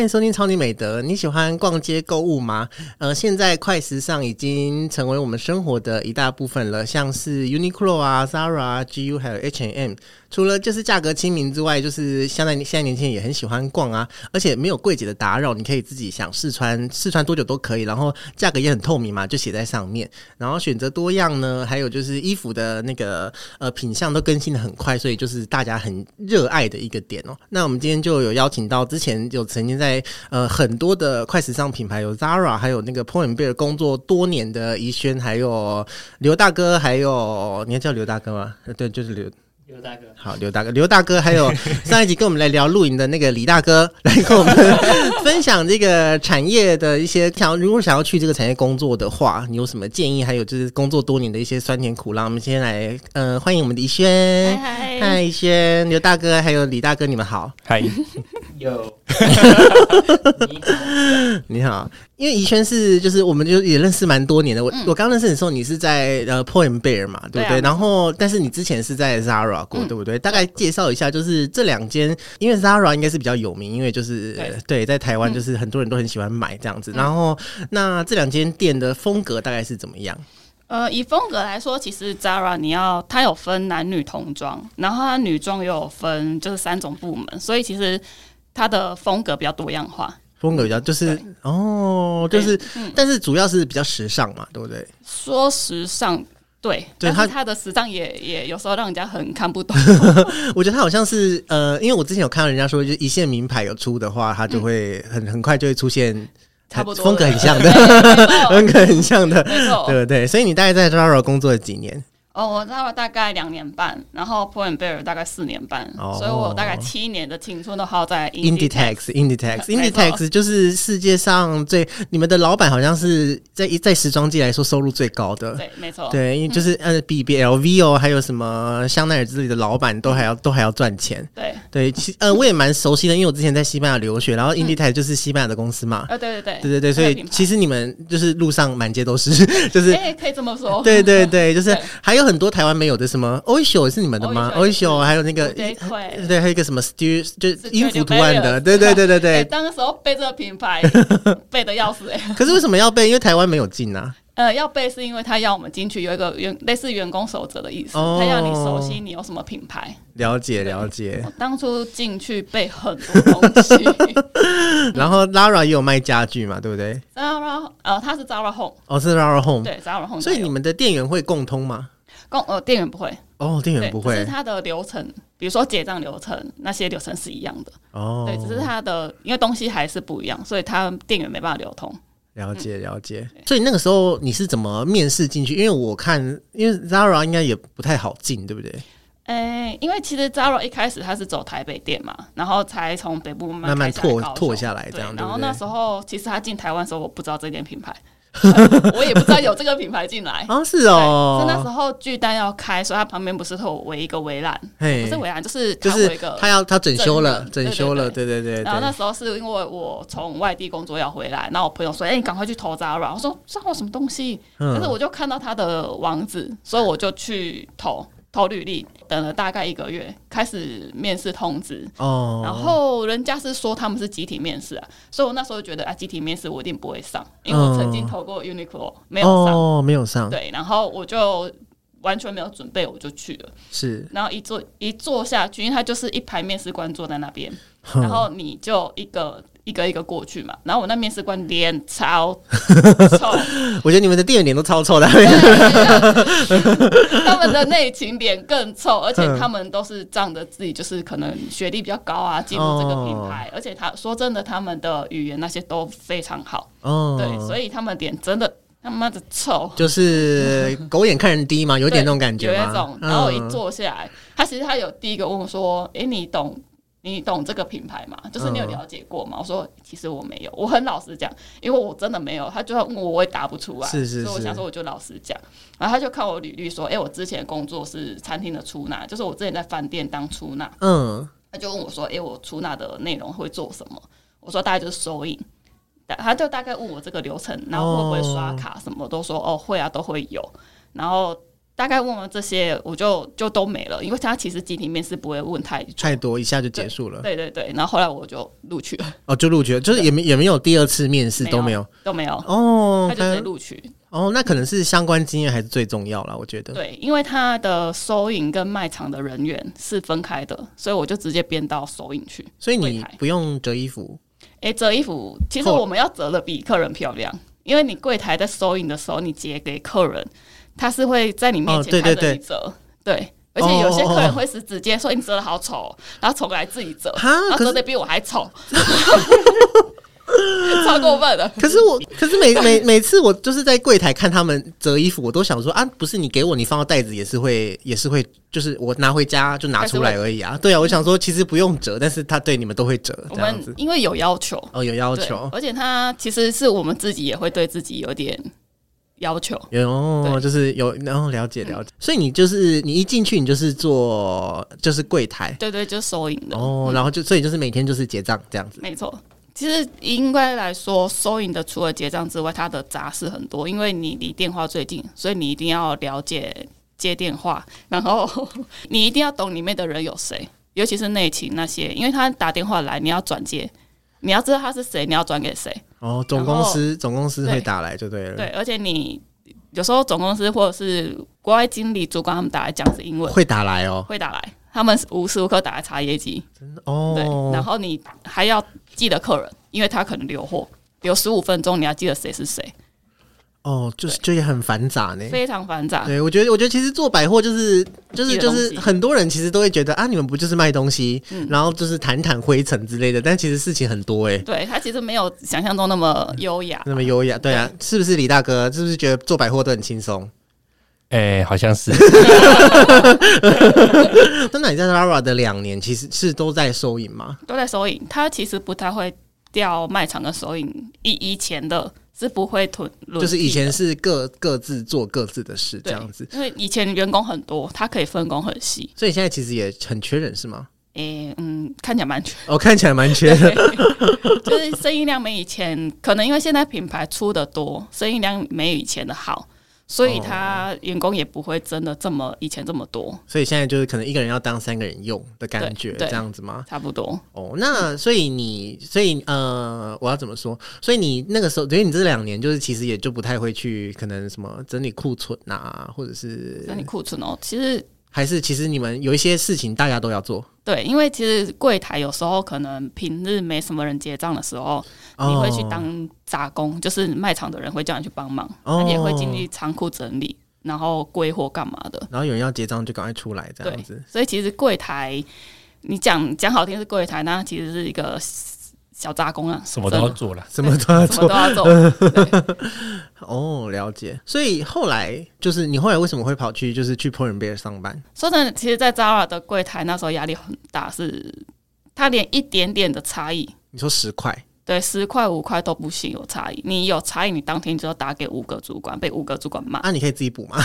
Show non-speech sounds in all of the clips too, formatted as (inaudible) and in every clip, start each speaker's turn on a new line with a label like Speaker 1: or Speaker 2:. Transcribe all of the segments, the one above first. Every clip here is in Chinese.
Speaker 1: 迎收听《超级美德》。你喜欢逛街购物吗？呃，现在快时尚已经成为我们生活的一大部分了，像是 Uniqlo 啊、Zara 啊、GU 还有 H&M。除了就是价格亲民之外，就是现在现在年轻人也很喜欢逛啊，而且没有柜姐的打扰，你可以自己想试穿，试穿多久都可以，然后价格也很透明嘛，就写在上面。然后选择多样呢，还有就是衣服的那个呃品相都更新的很快，所以就是大家很热爱的一个点哦。那我们今天就有邀请到之前有曾经在呃很多的快时尚品牌有 Zara，还有那个 Point Bear 工作多年的怡轩，还有刘大哥，还有你还叫刘大哥吗？呃对，就是刘。
Speaker 2: 刘大哥，
Speaker 1: 好，刘大哥，刘大哥，还
Speaker 2: (laughs)
Speaker 1: 有上一集跟我们来聊露营的那个李大哥，来跟我们分享这个产业的一些想要，如果想要去这个产业工作的话，你有什么建议？还有就是工作多年的一些酸甜苦辣，我们先来，呃，欢迎我们的怡轩，
Speaker 3: 嗨
Speaker 1: 嗨，怡轩，刘大哥，还有李大哥，你们好， (laughs)
Speaker 4: 嗨，
Speaker 2: 有，你
Speaker 1: 你好，因为怡轩是就是我们就也认识蛮多年的，我、我刚认识你的时候，你是在呃 Point Bear 嘛，对不对？
Speaker 3: 对啊
Speaker 1: 然后但是你之前是在 Zara 过，对不对？大概介绍一下，就是这两间，因为 Zara 应该是比较有名，因为就是
Speaker 2: 对
Speaker 1: 呃对，在台湾就是很多人都很喜欢买这样子。然后那这两间店的风格大概是怎么样？
Speaker 3: 呃，以风格来说，其实 Zara 你要它有分男女童装，然后它女装也有分，就是三种部门，所以其实它的风格比较多样化。
Speaker 1: 风格比较就是哦，就是、但是主要是比较时尚嘛，对不对？
Speaker 3: 说时尚，对，
Speaker 1: 对
Speaker 3: 但
Speaker 1: 它
Speaker 3: 是它的时尚也也有时候让人家很看不
Speaker 1: (laughs)
Speaker 3: 懂。
Speaker 1: 我觉得它好像是呃，因为我之前有看到人家说，就是一线名牌有出的话，它就会很很快就会出现。呃
Speaker 3: 差不多
Speaker 1: 风格很像的，风
Speaker 3: (laughs) 没
Speaker 1: 格很像的，
Speaker 3: 错，
Speaker 1: 对不对？所以你大概在 Zara 工作了几年？
Speaker 3: 哦，我 Zara 大概两年半，然后 Point Bear 大概四年半，
Speaker 1: 哦
Speaker 3: 所以我大概七年的青春都耗在没错
Speaker 1: Inditex，Inditex，Inditex 就是世界上最你们的老板好像是在在时装界来说收入最高的，
Speaker 3: 对，没错，
Speaker 1: 对，因为就是呃比比 LV 哦，还有什么香奈儿之类的老板都还
Speaker 3: 嗯
Speaker 1: 要都还要赚钱。
Speaker 3: 对，
Speaker 1: 对，其呃我也蛮熟悉的，因为我之前在西班牙留学，
Speaker 3: 嗯
Speaker 1: 然后 Inditex 就是西班牙的公司嘛。
Speaker 3: 呃，对对对，
Speaker 1: 对对对，所
Speaker 3: 它的
Speaker 1: 以
Speaker 3: 品牌
Speaker 1: 其实你们就是路上满街都是， (laughs) 就是
Speaker 3: 哎、可以这么说，
Speaker 1: 对对哦
Speaker 3: (laughs)
Speaker 1: 对，就是
Speaker 3: 对
Speaker 1: 还有很多台湾没有的，什么 Oisho 是你们的吗
Speaker 3: Oysho 也是
Speaker 1: ？Oisho 还哦有那个
Speaker 3: 蝴蝶葵
Speaker 1: 对，还有一个什么 Stu 就是
Speaker 3: 是
Speaker 1: 音符图案的，对对对对
Speaker 3: 哎
Speaker 1: (laughs) 对。
Speaker 3: 当时候背这个品
Speaker 1: (laughs)
Speaker 3: 牌背的要死、哎，
Speaker 1: 可是为什么要背？因为台湾没有进啊。
Speaker 3: 呃，要背是因为他要我们进去有一个员类似员工守则的意思，
Speaker 1: 哦
Speaker 3: 他要你熟悉你有什么品牌。
Speaker 1: 了解了解
Speaker 3: 我。当初进去背很多
Speaker 1: (laughs)
Speaker 3: 东西
Speaker 1: 然后 Lara 也有卖家具嘛，对不对？
Speaker 3: ，Zara，呃，他是 Zara Home，
Speaker 1: 哦，是 Lara Home。
Speaker 3: 对 Zara Home，
Speaker 1: 所以
Speaker 3: 才有
Speaker 1: 你们的店员会共通吗？
Speaker 3: 公呃店员不会，
Speaker 1: 哦，店
Speaker 3: 对，
Speaker 1: 员不
Speaker 3: 只
Speaker 1: 会
Speaker 3: 是。它的流程，比如说结账流程那些流程是一样的，
Speaker 1: 哦，
Speaker 3: 对，只是它的因为东西还是不一样，所以它店员没办法流通。
Speaker 1: 了解了解。所以那个时候你是怎么面试进去？因为我看，因为 Zara 应该也不太好进，对不对？
Speaker 3: 哎、因为其实 Zara 一开始它是走台北店嘛，然后才从北部慢
Speaker 1: 慢慢
Speaker 3: 开来
Speaker 1: 拓
Speaker 3: 高雄
Speaker 1: 拓下来这
Speaker 3: 对
Speaker 1: 样对不
Speaker 3: 然后
Speaker 1: 对
Speaker 3: 那时候其实他进台湾的时候，我不知道这件
Speaker 1: (laughs)
Speaker 3: 品牌，我也不知道有这个品牌进来。 (laughs)
Speaker 1: 啊，是
Speaker 3: 对是那时
Speaker 1: 哦。
Speaker 3: 候巨蛋要开，所以它旁边不是会有围一个围栏，
Speaker 1: 嘿
Speaker 3: 不是围栏，就是
Speaker 1: 就
Speaker 3: 它
Speaker 1: 是
Speaker 3: 有一个。
Speaker 1: 他要他整修了，
Speaker 3: 整
Speaker 1: 整
Speaker 3: 个
Speaker 1: 修了，对对对
Speaker 3: 然后那
Speaker 1: 对。
Speaker 3: 时候是因为我从外地工作要回来，然后我朋友说：“哎、你赶快去投 Zara。”我说：“Zara 什么东西？”
Speaker 1: 嗯
Speaker 3: 但是我就看到他的网址，所以我就去投投履历，等了大概一个月，开始面试通知。
Speaker 1: 哦，
Speaker 3: 然后人家是说他们是集体面试啊，所以我那时候就觉得啊，集体面试我一定不会上，因为我曾经投过 Uniqlo 没有上，
Speaker 1: 哦，没有上，
Speaker 3: 对，然后我就完全没有准备，我就去了。
Speaker 1: 是，
Speaker 3: 然后一坐一坐下去，因为他就是一排面试官坐在那边，
Speaker 1: 哼
Speaker 3: 然后你就一个一个一个过去嘛。然后我那面试官脸超臭，
Speaker 1: 我觉得你们的店员脸都超臭的，
Speaker 3: 他们的内勤脸更臭，而且他们都是仗着自己就是可能学历比较高啊，进入这个品牌，而且他说真的，他们的语言那些都非常好，
Speaker 1: 哦，
Speaker 3: 对，所以他们脸真的他妈的臭。
Speaker 1: 就是狗眼看人低嘛，有点那种感觉
Speaker 3: 对有
Speaker 1: 吗，
Speaker 3: 一种。
Speaker 1: 嗯
Speaker 3: 然后我一坐下来，他其实他有第一个问我说：“诶，你懂你懂这个品牌吗？就是你有
Speaker 1: 嗯
Speaker 3: 了解过吗？”我说：“其实我没有，我很老实讲，因为我真的没有。”他就要问我，我也答不出来，
Speaker 1: 是是
Speaker 3: 所以我
Speaker 1: 是
Speaker 3: 想说我就老实讲。然后他就看我履历说：“诶，我之前工作是餐厅的出纳，就是我之前在饭店当出纳。”
Speaker 1: 嗯，
Speaker 3: 他就问我说：“诶，我出纳的内容会做什么？”我说：“大概就是收银。”大他就大概问我这个流程，然后会不会刷卡，什么都说哦会啊，都会有。然后大概问了这些，我就就都没了，因为他其实集体面试不会问太久。
Speaker 1: 太多一下就结束了，
Speaker 3: 对对对，然后后来我就录取了，
Speaker 1: 哦，就录取了，就是也没也没有第二次面试都没有，
Speaker 3: 都没有，
Speaker 1: 哦
Speaker 3: 他，就直接
Speaker 1: 他
Speaker 3: 录取。
Speaker 1: 哦，那可能是相关经验还是最重要啦，我觉得。
Speaker 3: 对，因为他的收银跟卖场的人员是分开的，所以我就直接编到收银去。
Speaker 1: 所以
Speaker 3: 柜
Speaker 1: 你
Speaker 3: 台
Speaker 1: 不用折衣服，
Speaker 3: 诶，折衣服其实
Speaker 1: 后
Speaker 3: 我们要折的比客人漂亮，因为你柜台在收银的时候，你结给客人，他是会在你面
Speaker 1: 哦对对
Speaker 3: 前看着你折，对。而且有些客人会是直接说你折的好丑哦，然后重来自己折，
Speaker 1: 哈
Speaker 3: 然后
Speaker 1: 可是
Speaker 3: 折的比我
Speaker 1: (laughs)
Speaker 3: 还丑，超过分了。
Speaker 1: 可是我，可是每每每次我就是在柜台看他们折衣服，我都想说啊，不是你给我，你放到袋子也是会，也是会，就是我拿回家就拿出来而已啊。对啊，我想说其实不用折，但是他对你们都会折 (laughs)
Speaker 3: 我
Speaker 1: 这样
Speaker 3: 们
Speaker 1: 子。
Speaker 3: 因为有要求，
Speaker 1: 哦，有要
Speaker 3: 对
Speaker 1: 求，
Speaker 3: 而且他其实是我们自己也会对自己有点要求。
Speaker 1: 有哦，
Speaker 3: 对嗯
Speaker 1: 就是有，然后了解了解。所以你就是你一进去，你就是做就是柜台
Speaker 3: 对对，就是收银的，
Speaker 1: 哦，然后就所以就是每天就是结账这样子。
Speaker 3: 没错。其实应该来说，收银的除了结账之外，它的杂事很多，因为你离电话最近，所以你一定要了解接电话，然后你一定要懂里面的人有谁，尤其是内勤那些，因为他打电话来，你要转接，你要知道他是谁，你要转给谁。
Speaker 1: 哦，总公司总公司会打来就对了，
Speaker 3: 对，而且你有时候总公司或者是国外经理、主管他们打来讲是英文，
Speaker 1: 会打来哦。
Speaker 3: 会打来，他们无时无刻打来查业绩。对，然
Speaker 1: 哦，
Speaker 3: 后你还要记得客人，因为他可能留货，留十五分钟，你要记得谁是谁，
Speaker 1: 哦，就是就也很繁杂呢。
Speaker 3: 非常繁杂。
Speaker 1: 对，我觉得，我觉得其实做百货就是就是
Speaker 3: 记得
Speaker 1: 就
Speaker 3: 啊东
Speaker 1: 是
Speaker 3: 西嗯
Speaker 1: 很多人其实都会觉得啊，你们不就是卖东西，然后就是掸掸灰尘之类的，但其实事情很多哎、
Speaker 3: 对，他其实没有想象中那么优雅。
Speaker 1: 那么优雅，对啊，是不是李大哥？是不是觉得做百货都很轻松？
Speaker 4: 哎、好像是
Speaker 1: 那那你在 Lara 的两年，其实是都在收银吗？
Speaker 3: 都在收银，他其实不太会调卖场跟收银，以以前的是不会囤，轮
Speaker 1: 就是以
Speaker 3: 替的
Speaker 1: 前是各各自做各自的事这
Speaker 3: 对
Speaker 1: 样子，，
Speaker 3: 因为以前员工很多，他可以分工很细。
Speaker 1: 所以现在其实也很缺人是吗？
Speaker 3: 诶、嗯，看起来蛮全，
Speaker 1: 哦，看起来蛮缺的
Speaker 3: 就是生意量没以前，可能因为现在品牌出的多，生意量没以前的好，所
Speaker 1: 哦
Speaker 3: 以他员工也不会真的这么以前这么多。
Speaker 1: (laughs) 所以现在就是可能一个人要当三个人用的感
Speaker 3: 对
Speaker 1: 觉，
Speaker 3: 对
Speaker 1: 这样子吗？
Speaker 3: 差不多，
Speaker 1: 哦，那所以你，所以呃，我要怎么说？所以你那个时候，等于你这两年，就是其实也就不太会去，可能什么整理库存啊，或者是
Speaker 3: 那你库存哦，其实
Speaker 1: 还是其实你们有一些事情大家都要做，
Speaker 3: 对，因为其实柜台有时候可能平日没什么人结账的时候，
Speaker 1: 哦
Speaker 3: 你会去当杂工，就是卖场的人会叫你去帮忙，
Speaker 1: 哦
Speaker 3: 那你也会进去仓库整理，然后归货干嘛的，
Speaker 1: 然后有人要结账就赶快出来这
Speaker 3: 对
Speaker 1: 样子。，
Speaker 3: 所以其实柜台，你讲讲好听是柜台，那其实是一个小杂工啊，
Speaker 4: 什么都要
Speaker 3: 真的
Speaker 4: 做
Speaker 1: (laughs)
Speaker 4: 了。
Speaker 1: 什么
Speaker 4: (laughs)
Speaker 1: 都要 (laughs)
Speaker 3: 什么
Speaker 1: 做
Speaker 3: 都要做，
Speaker 1: 哦，了解。所以后来就是你后来为什么会跑去就是去 Point Bear 上班？
Speaker 3: 说真的，其实，在 Zara 的柜台那时候压力很大，是它连一点点的差异，
Speaker 1: 你说十块
Speaker 3: 对十块五块都不行有差异。你有差异，你当天就要打给五个主管，被五个主管骂。
Speaker 1: 啊，你可以自己补吗？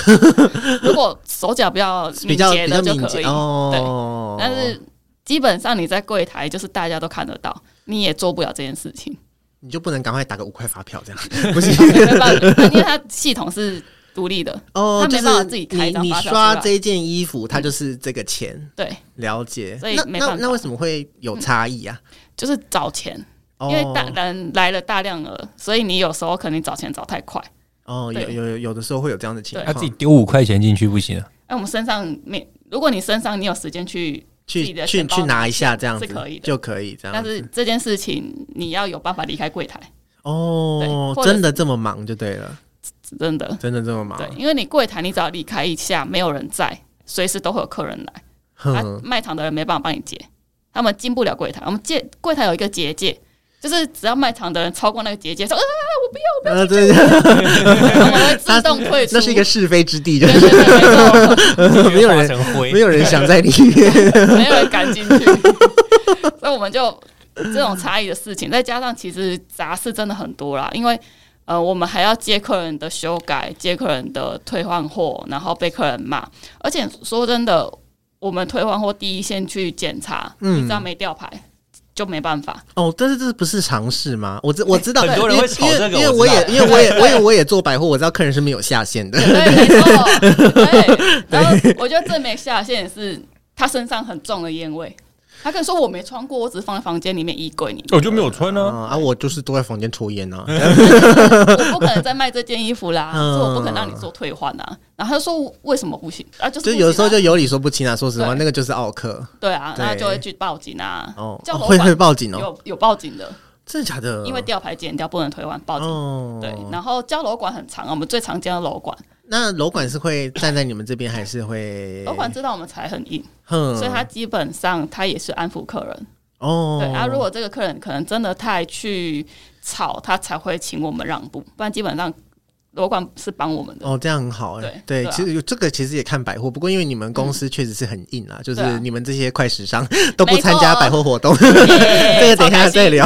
Speaker 3: 如果手脚比较
Speaker 1: 比
Speaker 3: 敏
Speaker 1: 较
Speaker 3: 捷
Speaker 1: 比
Speaker 3: 的
Speaker 1: 较
Speaker 3: 就
Speaker 1: 敏
Speaker 3: 可
Speaker 1: 捷
Speaker 3: 以，
Speaker 1: 哦。
Speaker 3: 但是基本上你在柜台就是大家都看得到，你也做不了这件事情，
Speaker 1: 你就不能赶快打个五块发票这
Speaker 3: (laughs)
Speaker 1: 样？不是。
Speaker 3: 没办
Speaker 1: (laughs)
Speaker 3: 法，因为它系统是独立的。
Speaker 1: 哦，
Speaker 3: 他
Speaker 1: 就
Speaker 3: 没
Speaker 1: 是
Speaker 3: 办法自己开一
Speaker 1: 你
Speaker 3: 张
Speaker 1: 你
Speaker 3: 发票出
Speaker 1: 刷
Speaker 3: 来
Speaker 1: 这件衣服，它就是这个钱，
Speaker 3: 对，
Speaker 1: 了解。
Speaker 3: 所以
Speaker 1: 那
Speaker 3: 没
Speaker 1: 那
Speaker 3: 办法
Speaker 1: 那为什么会有差异啊？
Speaker 3: 就是找钱，
Speaker 1: 哦
Speaker 3: 因为大人来了大量额，所以你有时候可能找钱找太快。
Speaker 1: 哦，有
Speaker 3: 对
Speaker 1: 有有有的时候会有这样的情
Speaker 3: 对
Speaker 4: 他
Speaker 1: 况，
Speaker 4: 自己丢五块钱进去不行啊？
Speaker 3: 那我们身上没，如果你身上你有时间去，自己
Speaker 1: 去
Speaker 3: 的
Speaker 1: 去
Speaker 3: 钱包
Speaker 1: 去拿一下这样子
Speaker 3: 是可以的
Speaker 1: 就可以这样
Speaker 3: 但
Speaker 1: 子。
Speaker 3: 是这件事情你要有办法离开柜台，
Speaker 1: 哦
Speaker 3: 对，或者是
Speaker 1: 真的这么忙就对了，
Speaker 3: 真的。
Speaker 1: 真的这么忙
Speaker 3: 对，，因为你柜台你只要离开一下，没有人在，随时都会有客人来。啊
Speaker 1: 哼，，
Speaker 3: 卖场的人没办法帮你结，他们进不了柜台。我们借柜台有一个结界，就是只要卖场的人超过那个结界，说、呃、
Speaker 1: (laughs) 呃，真的，
Speaker 3: 我们会自动退
Speaker 1: (laughs)
Speaker 3: 出。
Speaker 1: 那是一个是非之
Speaker 3: (laughs)
Speaker 1: 地，就是
Speaker 3: 对对对，没错
Speaker 1: (laughs) 没有人
Speaker 4: 化成灰
Speaker 1: 没有人想在里
Speaker 4: (laughs)
Speaker 1: 面。
Speaker 3: 没有人敢进去， (laughs) 所以我们就这种差异的事情，再加上其实杂事真的很多啦，因为呃，我们还要接客人的修改，接客人的退换货，然后被客人骂，而且说真的，我们退换货第一线去检查，
Speaker 1: 嗯
Speaker 3: 你知道没吊牌。就没办法。
Speaker 1: 哦，但是这不是常识吗？我知我知道，
Speaker 4: 很多人
Speaker 1: 因为
Speaker 4: 会吵这
Speaker 1: 因为
Speaker 4: 个
Speaker 1: 因为
Speaker 4: 我
Speaker 1: 我
Speaker 4: 知道
Speaker 1: 也因为我也我
Speaker 4: (laughs)
Speaker 1: 也我也做百货，我知道客人是没有下限的。
Speaker 3: 对，没错，对。然后我觉得最没下限的是他身上很重的烟味。他跟你说我没穿过，我只放在房间里面衣柜里面，
Speaker 4: 我就没有穿
Speaker 1: 啊
Speaker 4: 啊。
Speaker 1: 啊！我就是都在房间抽
Speaker 4: (laughs)
Speaker 1: 烟啊。
Speaker 3: 我不可能再卖这件衣服啦，
Speaker 1: 嗯
Speaker 3: 所以我不可能让你做退换啊。然后他就说为什么不行啊？就
Speaker 1: (laughs)
Speaker 3: 是
Speaker 1: 就
Speaker 3: 不行啊
Speaker 1: 有时候就有理说不清啊，说实话，
Speaker 3: 对
Speaker 1: 那个就是奥克
Speaker 3: 对啊，
Speaker 1: 对
Speaker 3: 那就会去报警啊。
Speaker 1: 哦，
Speaker 3: 叫
Speaker 1: 哦
Speaker 3: 楼
Speaker 1: 会
Speaker 3: 管
Speaker 1: 会报警哦，
Speaker 3: 有有报警的，
Speaker 1: 真的假的？
Speaker 3: 因为吊牌剪掉不能退换，报警。
Speaker 1: 哦，
Speaker 3: 对，然后交楼管很长啊，我们最常见的楼管，
Speaker 1: 那楼管是会站在你们这
Speaker 3: (laughs)
Speaker 1: 边，还是会
Speaker 3: 楼管知道我们才很硬，
Speaker 1: 哼，
Speaker 3: 所以他基本上他也是安抚客人。
Speaker 1: 哦，
Speaker 3: 对啊，如果这个客人可能真的太去吵，他才会请我们让步，不然基本上楼管是帮我们的。
Speaker 1: 哦，这样很好哎、
Speaker 3: 对
Speaker 1: 对，
Speaker 3: 对啊嗯
Speaker 1: 其实有这个其实也看百货，不过因为你们公司确实是很硬啊，就
Speaker 3: 对
Speaker 1: 是
Speaker 3: 啊
Speaker 1: 你们这些快时尚 (laughs) 都不
Speaker 3: 没错
Speaker 1: 参加百货活 (laughs) 动，
Speaker 3: 这
Speaker 1: 这个等一下再。聊。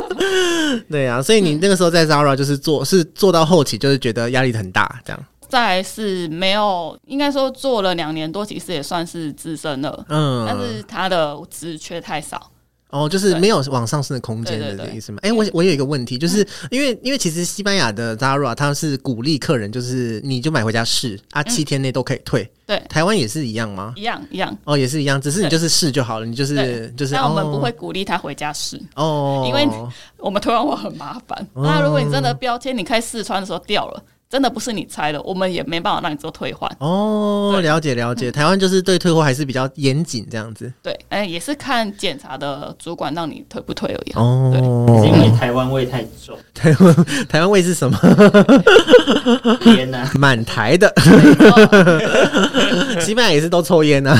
Speaker 3: (laughs)
Speaker 1: 对啊，所以你
Speaker 3: 嗯
Speaker 1: 那个时候在 Zara 就是做是做到后期，就是觉得压力很大，这样。
Speaker 3: 再来是没有，应该说做了两年多，其实也算是资深了，
Speaker 1: 嗯，
Speaker 3: 但是他的职缺太少。
Speaker 1: 哦，就是
Speaker 3: 对
Speaker 1: 没有往上升的空间
Speaker 3: 对
Speaker 1: 的这
Speaker 3: 对对嗯
Speaker 1: 个意思吗？哎、我我有一个问题，就是因为因为其实西班牙的 Zara 它是鼓励客人，就是你就买回家试啊，
Speaker 3: 嗯
Speaker 1: 七天内都可以退。
Speaker 3: 对
Speaker 1: 台湾也是一样吗？
Speaker 3: 一样一样，
Speaker 1: 哦，也是一样，只是你
Speaker 3: 对
Speaker 1: 就是试就好了，你就是
Speaker 3: 对
Speaker 1: 就是。
Speaker 3: 但我们
Speaker 1: 哦
Speaker 3: 不会鼓励他回家试，
Speaker 1: 哦，
Speaker 3: 因为我们退换货很麻烦。
Speaker 1: 哦
Speaker 3: 那如果你真的标签你开试穿的时候掉了，真的不是你拆的，我们也没办法让你做退换。
Speaker 1: 哦，
Speaker 3: 对嗯
Speaker 1: 了解了解，台湾就是对退货还是比较严谨这样子。
Speaker 3: 对，哎、也是看检查的主管让你退不退
Speaker 1: (laughs)
Speaker 3: 而已啊。
Speaker 2: 是因为
Speaker 1: 哦，
Speaker 2: 台湾味太重，
Speaker 1: 台湾台湾味是什么？ (laughs)
Speaker 2: 天哪！
Speaker 1: 满台的，
Speaker 3: 哦
Speaker 1: 西班牙也是都抽烟啊。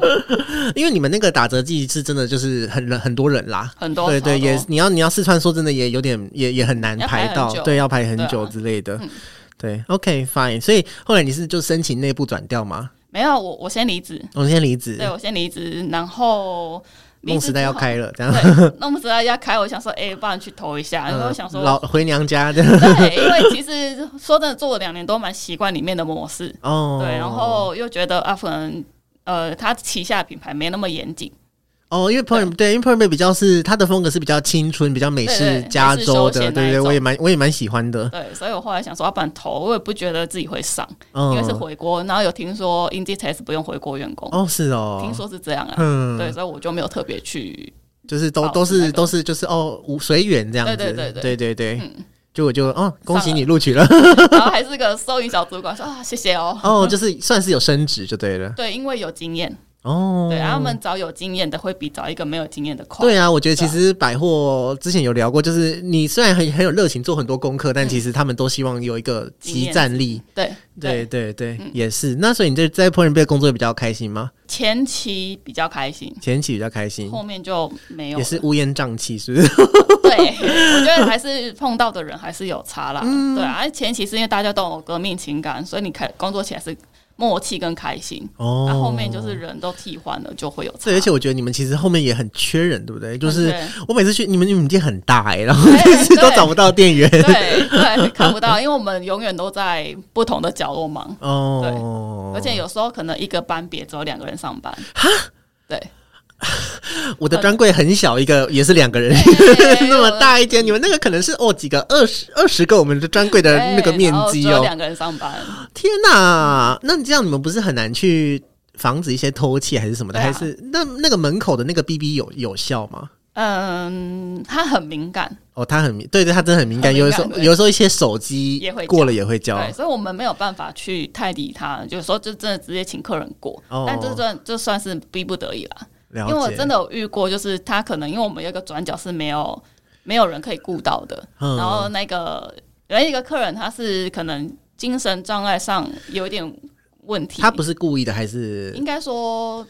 Speaker 1: (laughs) 因为你们那个打折季是真的就是很人很多人啦，
Speaker 3: 很多
Speaker 1: 对对，
Speaker 3: 超多
Speaker 1: 也你要你要试穿，说真的也有点也也很难
Speaker 3: 要排
Speaker 1: 到
Speaker 3: 很，久
Speaker 1: 对，要排很
Speaker 3: 对啊
Speaker 1: 久之类的
Speaker 3: 嗯。
Speaker 1: 对，OK fine，所以后来你是就申请内部转调吗？
Speaker 3: 没有，啊我我先离职，
Speaker 1: (laughs) 我先离职
Speaker 3: 对，我先离职，然后
Speaker 1: 梦时代要。开了，这样。
Speaker 3: 对，那梦时代要开，我
Speaker 1: (laughs)
Speaker 3: 想说，哎、不然去投一下。然后我想
Speaker 1: 嗯
Speaker 3: 说，
Speaker 1: 老回娘家
Speaker 3: (laughs)
Speaker 1: 的
Speaker 3: 对，因为其实说真的，做了两年都蛮习惯里面的模式，
Speaker 1: 哦，
Speaker 3: 对，然后又觉得啊，可能呃，他旗下的品牌没那么严谨，
Speaker 1: 哦，因为 p e r 对，因为 p e r m 比较是它的风格是比较青春，比较美
Speaker 3: 对
Speaker 1: 式
Speaker 3: 对
Speaker 1: 加
Speaker 3: 美式
Speaker 1: 州
Speaker 3: 休
Speaker 1: 的，
Speaker 3: 闲
Speaker 1: 对
Speaker 3: 那一
Speaker 1: 对，
Speaker 3: 种
Speaker 1: 我也蛮我也蛮喜欢的，
Speaker 3: 对，所以我后来想说，要、不然投，我也不觉得自己会上，因为是
Speaker 1: 嗯，
Speaker 3: 回国，然后有听说 Inditex 不用回国员工，
Speaker 1: 哦是哦，
Speaker 3: 听说是这样啊，对，
Speaker 1: 嗯，
Speaker 3: 所以我就没有特别去
Speaker 1: 就是都
Speaker 3: 保持
Speaker 1: 都
Speaker 3: 那
Speaker 1: 是
Speaker 3: 个
Speaker 1: 都是就是哦无随缘这样子，
Speaker 3: 对对对
Speaker 1: 对对
Speaker 3: 对
Speaker 1: 对
Speaker 3: 嗯
Speaker 1: 就我就哦恭喜
Speaker 3: 上了
Speaker 1: 你录取了， (laughs)
Speaker 3: 然后还是个收银小主管，说啊，谢谢哦。
Speaker 1: 哦，就是算是有升职就对了，
Speaker 3: 对，因为有经验，
Speaker 1: 哦，
Speaker 3: 对，啊他们找有经验的会比找一个没有经验的快。
Speaker 1: 对啊，我觉得其实百货之前有聊过，就是你虽然很很有热情做很多功课，
Speaker 3: 嗯
Speaker 1: 但其实他们都希望有一个
Speaker 3: 经
Speaker 1: 集
Speaker 3: 验
Speaker 1: 战力，
Speaker 3: 对嗯
Speaker 1: 对对对，也是。那所以你在在 p o r 工作也比较开心吗？
Speaker 3: 前期比较开心，
Speaker 1: 前期比较开心，
Speaker 3: 后面就没
Speaker 1: 嗯
Speaker 3: 有
Speaker 1: 也
Speaker 3: 了。
Speaker 1: 是乌烟瘴气，
Speaker 3: (laughs)
Speaker 1: 是不是？
Speaker 3: 对，我觉得还是碰到的人还是有差啦。
Speaker 1: 嗯
Speaker 3: 对啊，前期是因为大家都有革命情感，所以你开工作起来是默契跟开心。
Speaker 1: 哦
Speaker 3: 那、后面就是人都替换了，就会有差。
Speaker 1: 对，而且我觉得你们其实后面也很缺人，对不对？就是
Speaker 3: 对
Speaker 1: 我每次去你们你们店很大哎、然后
Speaker 3: 哎
Speaker 1: 就是都
Speaker 3: 对
Speaker 1: 找不到店员
Speaker 3: 对对，看不到，因为我们永远都在不同的角落忙。
Speaker 1: 哦。
Speaker 3: 而且有时候可能一个班别只有两个人上班。对，
Speaker 1: 我的专柜很小，一
Speaker 3: 呃
Speaker 1: 个也是两个人。 (laughs)
Speaker 3: 哎
Speaker 1: (laughs) 那么大一间，你们那个可能是哦几个二十二十个我们的专柜的那个面积
Speaker 3: 哎然后只有
Speaker 1: 哦，
Speaker 3: 两个嗯人上班，
Speaker 1: 天哪、那你这样你们不是很难去防止一些偷窃还是什么的？
Speaker 3: 对
Speaker 1: 还
Speaker 3: 啊
Speaker 1: 是那那个门口的那个 BB 有有效吗？
Speaker 3: 嗯，他很敏感，
Speaker 1: 哦，他很敏，对对，他真的很敏感。
Speaker 3: 很
Speaker 1: 有
Speaker 3: 敏
Speaker 1: 的
Speaker 3: 感
Speaker 1: 时候，
Speaker 3: 对
Speaker 1: 有的时候一些手机
Speaker 3: 也会
Speaker 1: 过
Speaker 3: 叫
Speaker 1: 了也会叫。
Speaker 3: 对，所以我们没有办法去太理他，有时候就真的直接请客人过，
Speaker 1: 哦
Speaker 3: 但这算就算是逼不得已啦，
Speaker 1: 了
Speaker 3: 因
Speaker 1: 解，
Speaker 3: 为我真的有遇过，就是他可能因为我们有一个转角是没有没有人可以顾到的，
Speaker 1: 嗯
Speaker 3: 然后那个有一个客人他是可能精神障碍上有一点问题，
Speaker 1: 他不是故意的，还是
Speaker 3: 应该说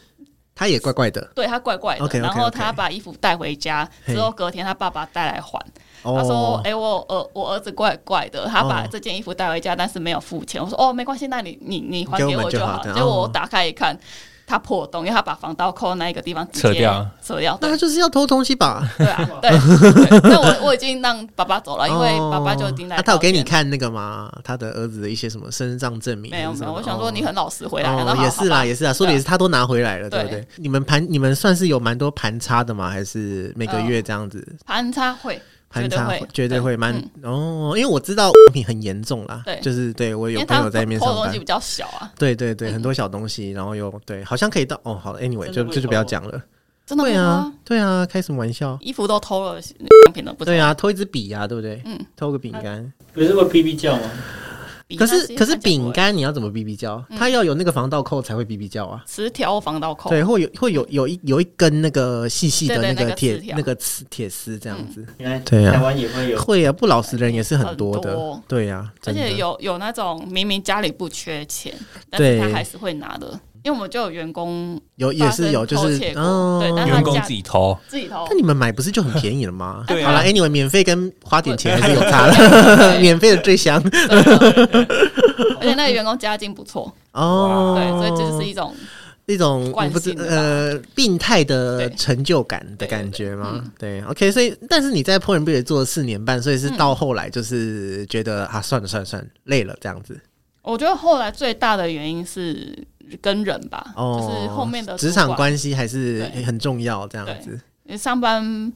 Speaker 1: 他也怪怪的。
Speaker 3: 对他怪怪的
Speaker 1: OK，OK，OK
Speaker 3: 然后他把衣服带回家
Speaker 1: 嘿
Speaker 3: 之后，隔天他爸爸带来还，
Speaker 1: 哦，
Speaker 3: 他说：“哎、我儿我儿子怪怪的，他把
Speaker 1: 哦
Speaker 3: 这件衣服哦带回家，但是没有付钱。”我说：“哦，没关系，那你你你还
Speaker 1: 给我
Speaker 3: 给
Speaker 1: 们
Speaker 3: 我
Speaker 1: 就
Speaker 3: 就
Speaker 1: 好
Speaker 3: 好。
Speaker 1: 这”样
Speaker 3: 结果
Speaker 1: 哦
Speaker 3: 我打开一看，他破洞，因为他把防盗扣那一个地方直接
Speaker 4: 撤掉，
Speaker 3: 撤掉，
Speaker 1: 哦那
Speaker 3: 对
Speaker 1: 他就是要偷东西吧？
Speaker 3: 对啊，
Speaker 1: (laughs)
Speaker 3: 对。对那我我已经让爸爸走了，啊因为
Speaker 1: 哦
Speaker 3: 爸爸就已经来
Speaker 1: 啊
Speaker 3: 道歉了。
Speaker 1: 他有给你看那个吗？他的儿子的一些什么身障证明？
Speaker 3: 没有没有，我想
Speaker 1: 哦
Speaker 3: 说你很老实回来，然
Speaker 1: 哦
Speaker 3: 后，
Speaker 1: 也是啦，也是啦，说的也是，他都拿回来了，对不
Speaker 3: 啊对
Speaker 1: 对？你们盘你们算是有蛮多盘差的嘛？还是每个月这样子？
Speaker 3: 盘差会，
Speaker 1: 盘
Speaker 3: 哦绝对
Speaker 1: 差
Speaker 3: 会
Speaker 1: 绝对会蛮、
Speaker 3: 嗯
Speaker 1: 哦，因为我知道品很严重啦，
Speaker 3: 对
Speaker 1: 就是对我
Speaker 3: 因
Speaker 1: 有
Speaker 3: 为
Speaker 1: 朋
Speaker 3: 他
Speaker 1: 友在那边
Speaker 3: 偷
Speaker 1: 上
Speaker 3: 的东西
Speaker 1: 班
Speaker 3: 比，较小啊，
Speaker 1: 对对对，很多小东西，然后又对，好像可以到哦，好了，anyway，就
Speaker 2: 真的会
Speaker 1: 这就不
Speaker 2: 偷
Speaker 1: 要
Speaker 2: 哦
Speaker 1: 讲了，
Speaker 3: 真的
Speaker 1: 对
Speaker 3: 会
Speaker 1: 啊，对啊，开什么玩笑？
Speaker 3: 衣服都偷了，用品都不
Speaker 1: 对
Speaker 3: 啊，
Speaker 1: 啊，偷一支笔啊，对不对？
Speaker 3: 嗯，
Speaker 1: 偷个饼干，
Speaker 2: 不是会哔哔叫吗？
Speaker 3: 比
Speaker 1: 可
Speaker 3: 那
Speaker 1: 是
Speaker 3: 些
Speaker 1: 可是
Speaker 3: 看起来
Speaker 1: 饼
Speaker 3: 不会
Speaker 1: 干你要怎么哔哔叫？它要有那个防盗扣才会哔哔叫啊。
Speaker 3: 磁条防盗扣，
Speaker 1: 对，会有会有有一有一根那个细细的
Speaker 3: 对对
Speaker 1: 个
Speaker 3: 那个
Speaker 1: 铁
Speaker 3: 刺条
Speaker 1: 那个磁铁丝这样子，
Speaker 2: 原来
Speaker 1: 对啊
Speaker 2: 台湾也会有，
Speaker 1: 会啊，不老实人也是很
Speaker 3: 很
Speaker 1: 多的
Speaker 3: 多，
Speaker 1: 对呀，
Speaker 3: 而
Speaker 1: 真的
Speaker 3: 且有有那种明明家里不缺钱，但是他
Speaker 1: 对
Speaker 3: 还是会拿的，因为我们就有员工
Speaker 1: 有
Speaker 3: 发
Speaker 1: 也是
Speaker 3: 生
Speaker 1: 有，就
Speaker 3: 偷
Speaker 1: 是
Speaker 3: 窃过
Speaker 1: 嗯，
Speaker 3: 对但他
Speaker 4: 员工自
Speaker 1: (laughs)
Speaker 4: 己偷，
Speaker 3: 自己偷
Speaker 1: 那，你们买不是就很便宜了吗？
Speaker 3: (laughs)
Speaker 4: 对啊
Speaker 1: 好了，anyway，免费跟花点钱还是有差的，(laughs)
Speaker 3: 对
Speaker 1: 免费的最香
Speaker 3: 真的而且那个员工家境不错，
Speaker 1: 哦。
Speaker 3: 对，所以这就是一种
Speaker 1: 一种我
Speaker 3: 惯
Speaker 1: 不知
Speaker 3: 性的吧
Speaker 1: 呃病态的
Speaker 3: 对嗯
Speaker 1: 成就感的
Speaker 3: 对
Speaker 1: 感觉嘛。对，OK，所以但是你在 Point b 做了四年半，所以是
Speaker 3: 嗯
Speaker 1: 到后来就是觉得啊，算了算了算了，累了这样子。
Speaker 3: 我觉得后来最大的原因是跟人吧，
Speaker 1: 哦，
Speaker 3: 就是后面的
Speaker 1: 职场
Speaker 3: 主管，
Speaker 1: 关系还是
Speaker 3: 对
Speaker 1: 很重要，这样子。
Speaker 3: 上班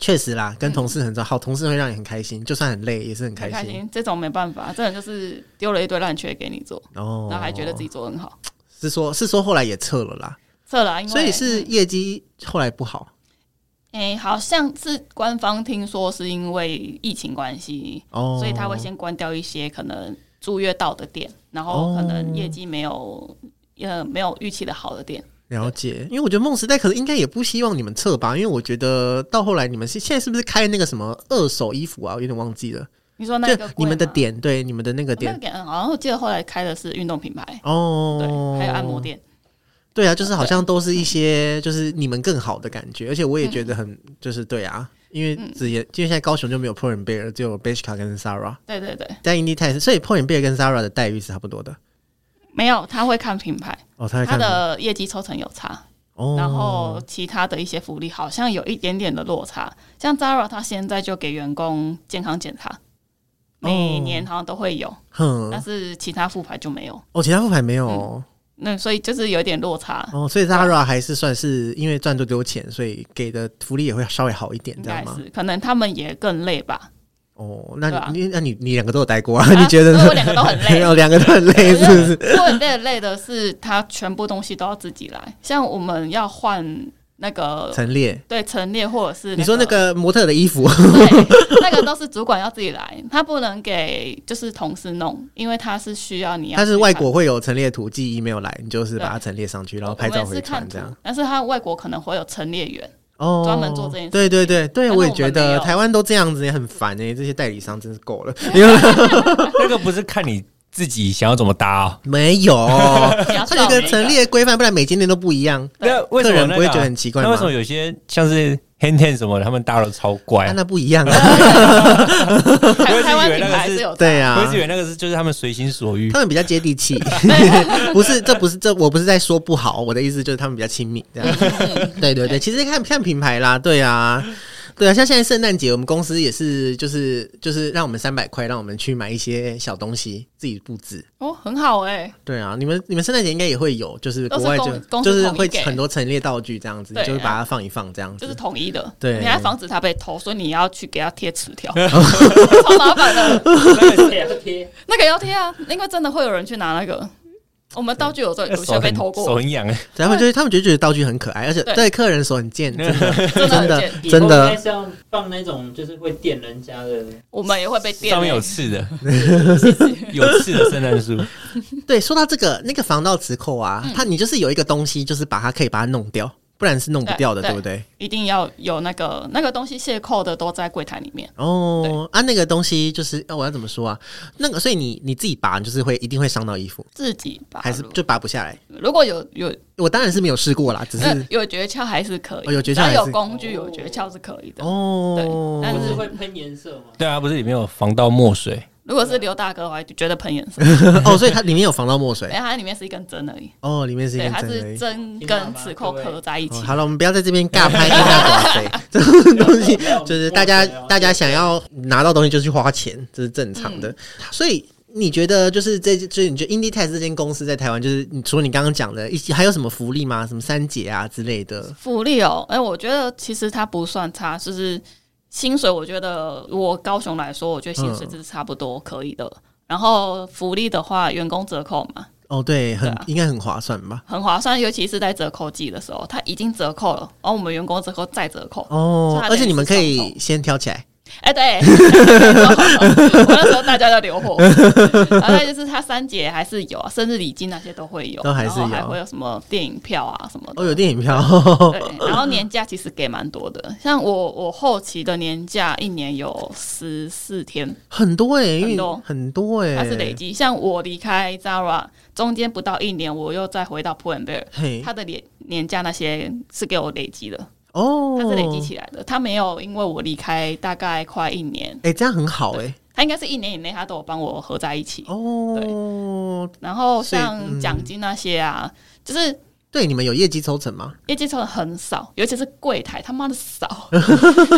Speaker 1: 确实啦，跟同事很重要，好同事会让你很开心，就算很累也是很
Speaker 3: 很
Speaker 1: 开
Speaker 3: 开
Speaker 1: 心。
Speaker 3: 心，这种没办法，这种就是丢了一堆烂缺给你做，
Speaker 1: 哦，
Speaker 3: 然后还觉得自己做得很好，
Speaker 1: 是说，是说后来也撤了啦，
Speaker 3: 撤了啊，因为
Speaker 1: 所以是业绩后来不好
Speaker 3: 诶、哎好像是官方听说是因为疫情关系，
Speaker 1: 哦，
Speaker 3: 所以他会先关掉一些可能租约到的店，然
Speaker 1: 哦
Speaker 3: 后可能业绩没有、呃没有预期的好的店，
Speaker 1: 了解，因为我觉得梦时代可能应该也不希望你们撤吧，因为我觉得到后来你们是现在是不是开那个什么二手衣服啊？我有点忘记了，
Speaker 3: 你说那
Speaker 1: 就
Speaker 3: 个贵
Speaker 1: 你们的
Speaker 3: 吗
Speaker 1: 点对你们的那个
Speaker 3: 哦那
Speaker 1: 点
Speaker 3: 个点，好像我记得后来开的是运动品牌，
Speaker 1: 哦，
Speaker 3: 对，还有按摩，店，
Speaker 1: 对啊，就是好像都是一些就是你们更好的感觉，而且我也觉得很、就是对啊，因为只也因为现在高雄就没有 p o r n b e a r 只有 Beshka 跟 Sara，
Speaker 3: 对对对，
Speaker 1: 但 Indie 泰是，所以 p o r n b e a r 跟 Sara 的待遇是差不多的
Speaker 3: 没有他会看品牌，
Speaker 1: 哦，他会
Speaker 3: 他
Speaker 1: 看吗
Speaker 3: 的业绩抽成有差，
Speaker 1: 哦，
Speaker 3: 然后其他的一些福利好像有一点点的落差，像 Zara 他现在就给员工健康检
Speaker 1: 哦
Speaker 3: 查，每年好像都会有。但
Speaker 1: 哼
Speaker 3: 是其他副牌就没有，
Speaker 1: 哦，其他副牌没有
Speaker 3: 嗯
Speaker 1: 哦。
Speaker 3: 那所以就是有点落差， (laughs)
Speaker 1: 哦，所以 Zara 还是算是因为赚最多钱，所以给的福利也会稍微好一点，
Speaker 3: 应
Speaker 1: 这样
Speaker 3: 该
Speaker 1: 吗？
Speaker 3: 是可能他们也更累吧。
Speaker 1: 哦，那你、
Speaker 3: 对啊
Speaker 1: 你那你你两个都有待
Speaker 3: (laughs)
Speaker 1: 过啊？ (laughs) 你觉得
Speaker 3: 所以
Speaker 1: 呢？
Speaker 3: 我两个都
Speaker 1: (laughs)
Speaker 3: 很
Speaker 1: 没
Speaker 3: 累，
Speaker 1: 有，两个都很累，是
Speaker 3: (laughs)
Speaker 1: 不是？
Speaker 3: 我很累累的是他全部东西都要自己来，像我们要换那个
Speaker 1: 陈列，
Speaker 3: 对陈列或者是、
Speaker 1: 你说那个模特的衣服，
Speaker 3: 对，那个都是主管要自己来，他不能给就是同事弄，因为他是需要你要
Speaker 1: (laughs) 它是
Speaker 3: 去
Speaker 1: 外
Speaker 3: 看
Speaker 1: 国会有陈列图，寄 email 来，你就是把它
Speaker 3: 对
Speaker 1: 陈列上去，然后
Speaker 3: 我
Speaker 1: 拍照
Speaker 3: 们是
Speaker 1: 回传
Speaker 3: 看
Speaker 1: 这样
Speaker 3: 图。，但是他外国可能会有陈列员，
Speaker 1: (laughs) 哦，
Speaker 3: 专门做这件事
Speaker 1: 对对对对，
Speaker 3: 但是
Speaker 1: 我也
Speaker 3: 我们
Speaker 1: 觉
Speaker 3: 没
Speaker 1: 得
Speaker 3: 有
Speaker 1: 台湾都这样子也很烦哎、这些代理商真是够
Speaker 3: (laughs)
Speaker 1: 了。因为
Speaker 4: 那个不是看你自己想要怎么搭
Speaker 1: (laughs)
Speaker 4: 哦。
Speaker 1: 没
Speaker 3: (laughs)
Speaker 1: 有，
Speaker 3: 比较
Speaker 1: 它有一
Speaker 3: 少
Speaker 1: 个
Speaker 3: 人
Speaker 1: 陈列规范，不然每间店都不一样。
Speaker 3: 对
Speaker 4: 那为什么
Speaker 1: 客人
Speaker 4: 那个啊
Speaker 1: 不会觉得很奇怪吗
Speaker 4: 那为什么有些像是 hand ten 什么的，他们搭的超
Speaker 3: 哎
Speaker 4: 怪
Speaker 1: 啊、
Speaker 4: 啊？
Speaker 1: 那不一样啊，
Speaker 3: (laughs) 台台湾
Speaker 4: 我
Speaker 3: 品
Speaker 4: 一直以为那个
Speaker 3: 牌
Speaker 4: 是
Speaker 3: 是有
Speaker 1: 对
Speaker 3: 啊，
Speaker 1: 啊，
Speaker 4: 我一直以为那个是就是他们随心所欲
Speaker 1: 他。们比较接地
Speaker 3: (laughs)
Speaker 1: 气，不是这不是这我不是在说不好，我的意思就是他们比较亲密这
Speaker 3: (laughs)
Speaker 1: 样。对对对，其实看看品牌啦，对啊，对啊，像现在圣诞节，我们公司也是就是就是让我们三百块，让我们去买一些小东西自己布置。
Speaker 3: 哦，很好哎、
Speaker 1: 对啊，你们你们圣诞节应该也会有，就是国
Speaker 3: 都是
Speaker 1: 外
Speaker 3: 公
Speaker 1: 就
Speaker 3: 公
Speaker 1: 就
Speaker 3: 司
Speaker 1: 是
Speaker 3: 统一
Speaker 1: 会
Speaker 3: 给
Speaker 1: 很多陈列道具这样子，
Speaker 3: 对啊
Speaker 1: 你就是把它放一放这样子。
Speaker 3: 就是统一的，
Speaker 1: 对
Speaker 3: 你还防止他被偷，所以你要去给他贴磁
Speaker 1: (laughs)
Speaker 3: 条，超麻烦的。
Speaker 2: 贴贴，
Speaker 3: 那个要贴啊，因为真的会有人去拿那个。我们道
Speaker 1: (laughs)
Speaker 3: 具有时候有
Speaker 4: 手
Speaker 3: 些被
Speaker 4: 很
Speaker 3: 偷
Speaker 4: 手
Speaker 3: 过，
Speaker 4: 很痒哎，
Speaker 1: 然后就是他们就觉得道具很可爱，而且
Speaker 3: 对
Speaker 1: 对客人手很
Speaker 3: (laughs)
Speaker 1: 贱，真的
Speaker 3: 真的
Speaker 1: 真
Speaker 3: 很
Speaker 1: 的
Speaker 3: 贱
Speaker 1: (laughs) 真
Speaker 2: 以后应
Speaker 1: 的
Speaker 2: 该是要放那种就是会电人家的，
Speaker 3: 我们也会被电。欸
Speaker 4: 上面有刺
Speaker 1: (laughs)
Speaker 4: 的，有刺的圣诞树。
Speaker 1: 对，说到这个那个防盗磁扣啊，
Speaker 3: 嗯
Speaker 1: 它你就是有一个东西，就是把它可以把它弄掉，不然是弄不
Speaker 3: 对
Speaker 1: 掉的，
Speaker 3: 对
Speaker 1: 对不对？
Speaker 3: 一定要有那个那个东西卸扣的都在柜台里面。
Speaker 1: 哦，啊，那个东西就是、呃我要怎么说啊？那个，所以你你自己拔，就是会一定会伤到衣服，
Speaker 3: 自己拔，
Speaker 1: 还是就拔不下来？
Speaker 3: 如果有有
Speaker 1: 我当然是没有试过啦，只
Speaker 3: 那
Speaker 1: 是
Speaker 3: 有诀窍还是可以，
Speaker 1: 哦有诀窍
Speaker 3: 只要
Speaker 1: 还是
Speaker 3: 有工具有诀窍是可以的。对
Speaker 1: 哦，
Speaker 3: 但
Speaker 2: 不
Speaker 3: 是
Speaker 2: 是会喷颜色吗？
Speaker 4: 对啊，不是里面有防盗墨水，
Speaker 3: 如果是刘大哥，我还觉得喷颜色，
Speaker 1: (laughs) 哦，所以它里面有防盗墨水
Speaker 3: 没有，它里面是一根针而已。
Speaker 1: 哦，里面是一
Speaker 3: 对，
Speaker 1: 根
Speaker 3: 它
Speaker 1: 针而
Speaker 3: 是
Speaker 1: 已。
Speaker 3: 针
Speaker 2: 听到了
Speaker 3: 跟
Speaker 2: 吗
Speaker 3: 磁扣合在一
Speaker 1: 哦
Speaker 3: 起。
Speaker 1: 好了，我们不要在这边尬拍一
Speaker 3: (laughs)
Speaker 1: 下这种东西，(laughs)
Speaker 3: 哦
Speaker 1: 就是大家
Speaker 2: 哦
Speaker 3: 啊
Speaker 1: 大家想要拿到东西就去花钱，这是正常
Speaker 3: 嗯
Speaker 1: 的。所以你觉得就是这，所以你觉得 Indie Tech 这间公司在台湾，就是你除了你刚刚讲的，一起还有什么福利吗？什么三节啊之类的？
Speaker 3: 福利哦，哎、我觉得其实它不算差，就是薪水，我觉得我高雄来说，我觉得薪水
Speaker 1: 嗯
Speaker 3: 是差不多可以的。然后福利的话，员工折扣嘛，
Speaker 1: 哦，对，很、
Speaker 3: 对啊
Speaker 1: 应该很划算吧？
Speaker 3: 很划算，尤其是在折扣季的时候，它已经折扣了，然后我们员工折扣再折扣。
Speaker 1: 哦
Speaker 3: 所以，它
Speaker 1: 而且你们可
Speaker 3: 等于
Speaker 1: 以
Speaker 3: 是
Speaker 1: 先挑起来。
Speaker 3: 哎、对， (laughs) 我那时候大家都留火，然后再就是它三节还是有啊，生日礼金那些都会有，
Speaker 1: 都还是有
Speaker 3: 然后还会有什么电影票啊什么的。
Speaker 1: 哦，有嗯电影票， (laughs)
Speaker 3: 对，然后年假其实给蛮多的，像我我后期的年假一年有十四天，
Speaker 1: 很多哎、因
Speaker 3: 很
Speaker 1: 为
Speaker 3: 多
Speaker 1: 很多哎、
Speaker 3: 它是累积。像我离开 Zara 中间不到一年，我又再回到 p u l l Bear，
Speaker 1: 嘿，
Speaker 3: 它的年年假那些是给我累积的，
Speaker 1: 哦，
Speaker 3: 它是累积起来的，它没有因为我离开大概快一年，
Speaker 1: 哎、这样很好哎、
Speaker 3: 它应该是一年以内它都有帮我合在一起。
Speaker 1: 哦，
Speaker 3: 然后
Speaker 1: 所以
Speaker 3: 像
Speaker 1: 嗯
Speaker 3: 奖金那些啊，就是
Speaker 1: 对，你们有业绩抽成吗？
Speaker 3: 业绩抽的很少，尤其是柜台，他妈的
Speaker 1: (laughs)
Speaker 3: 少，就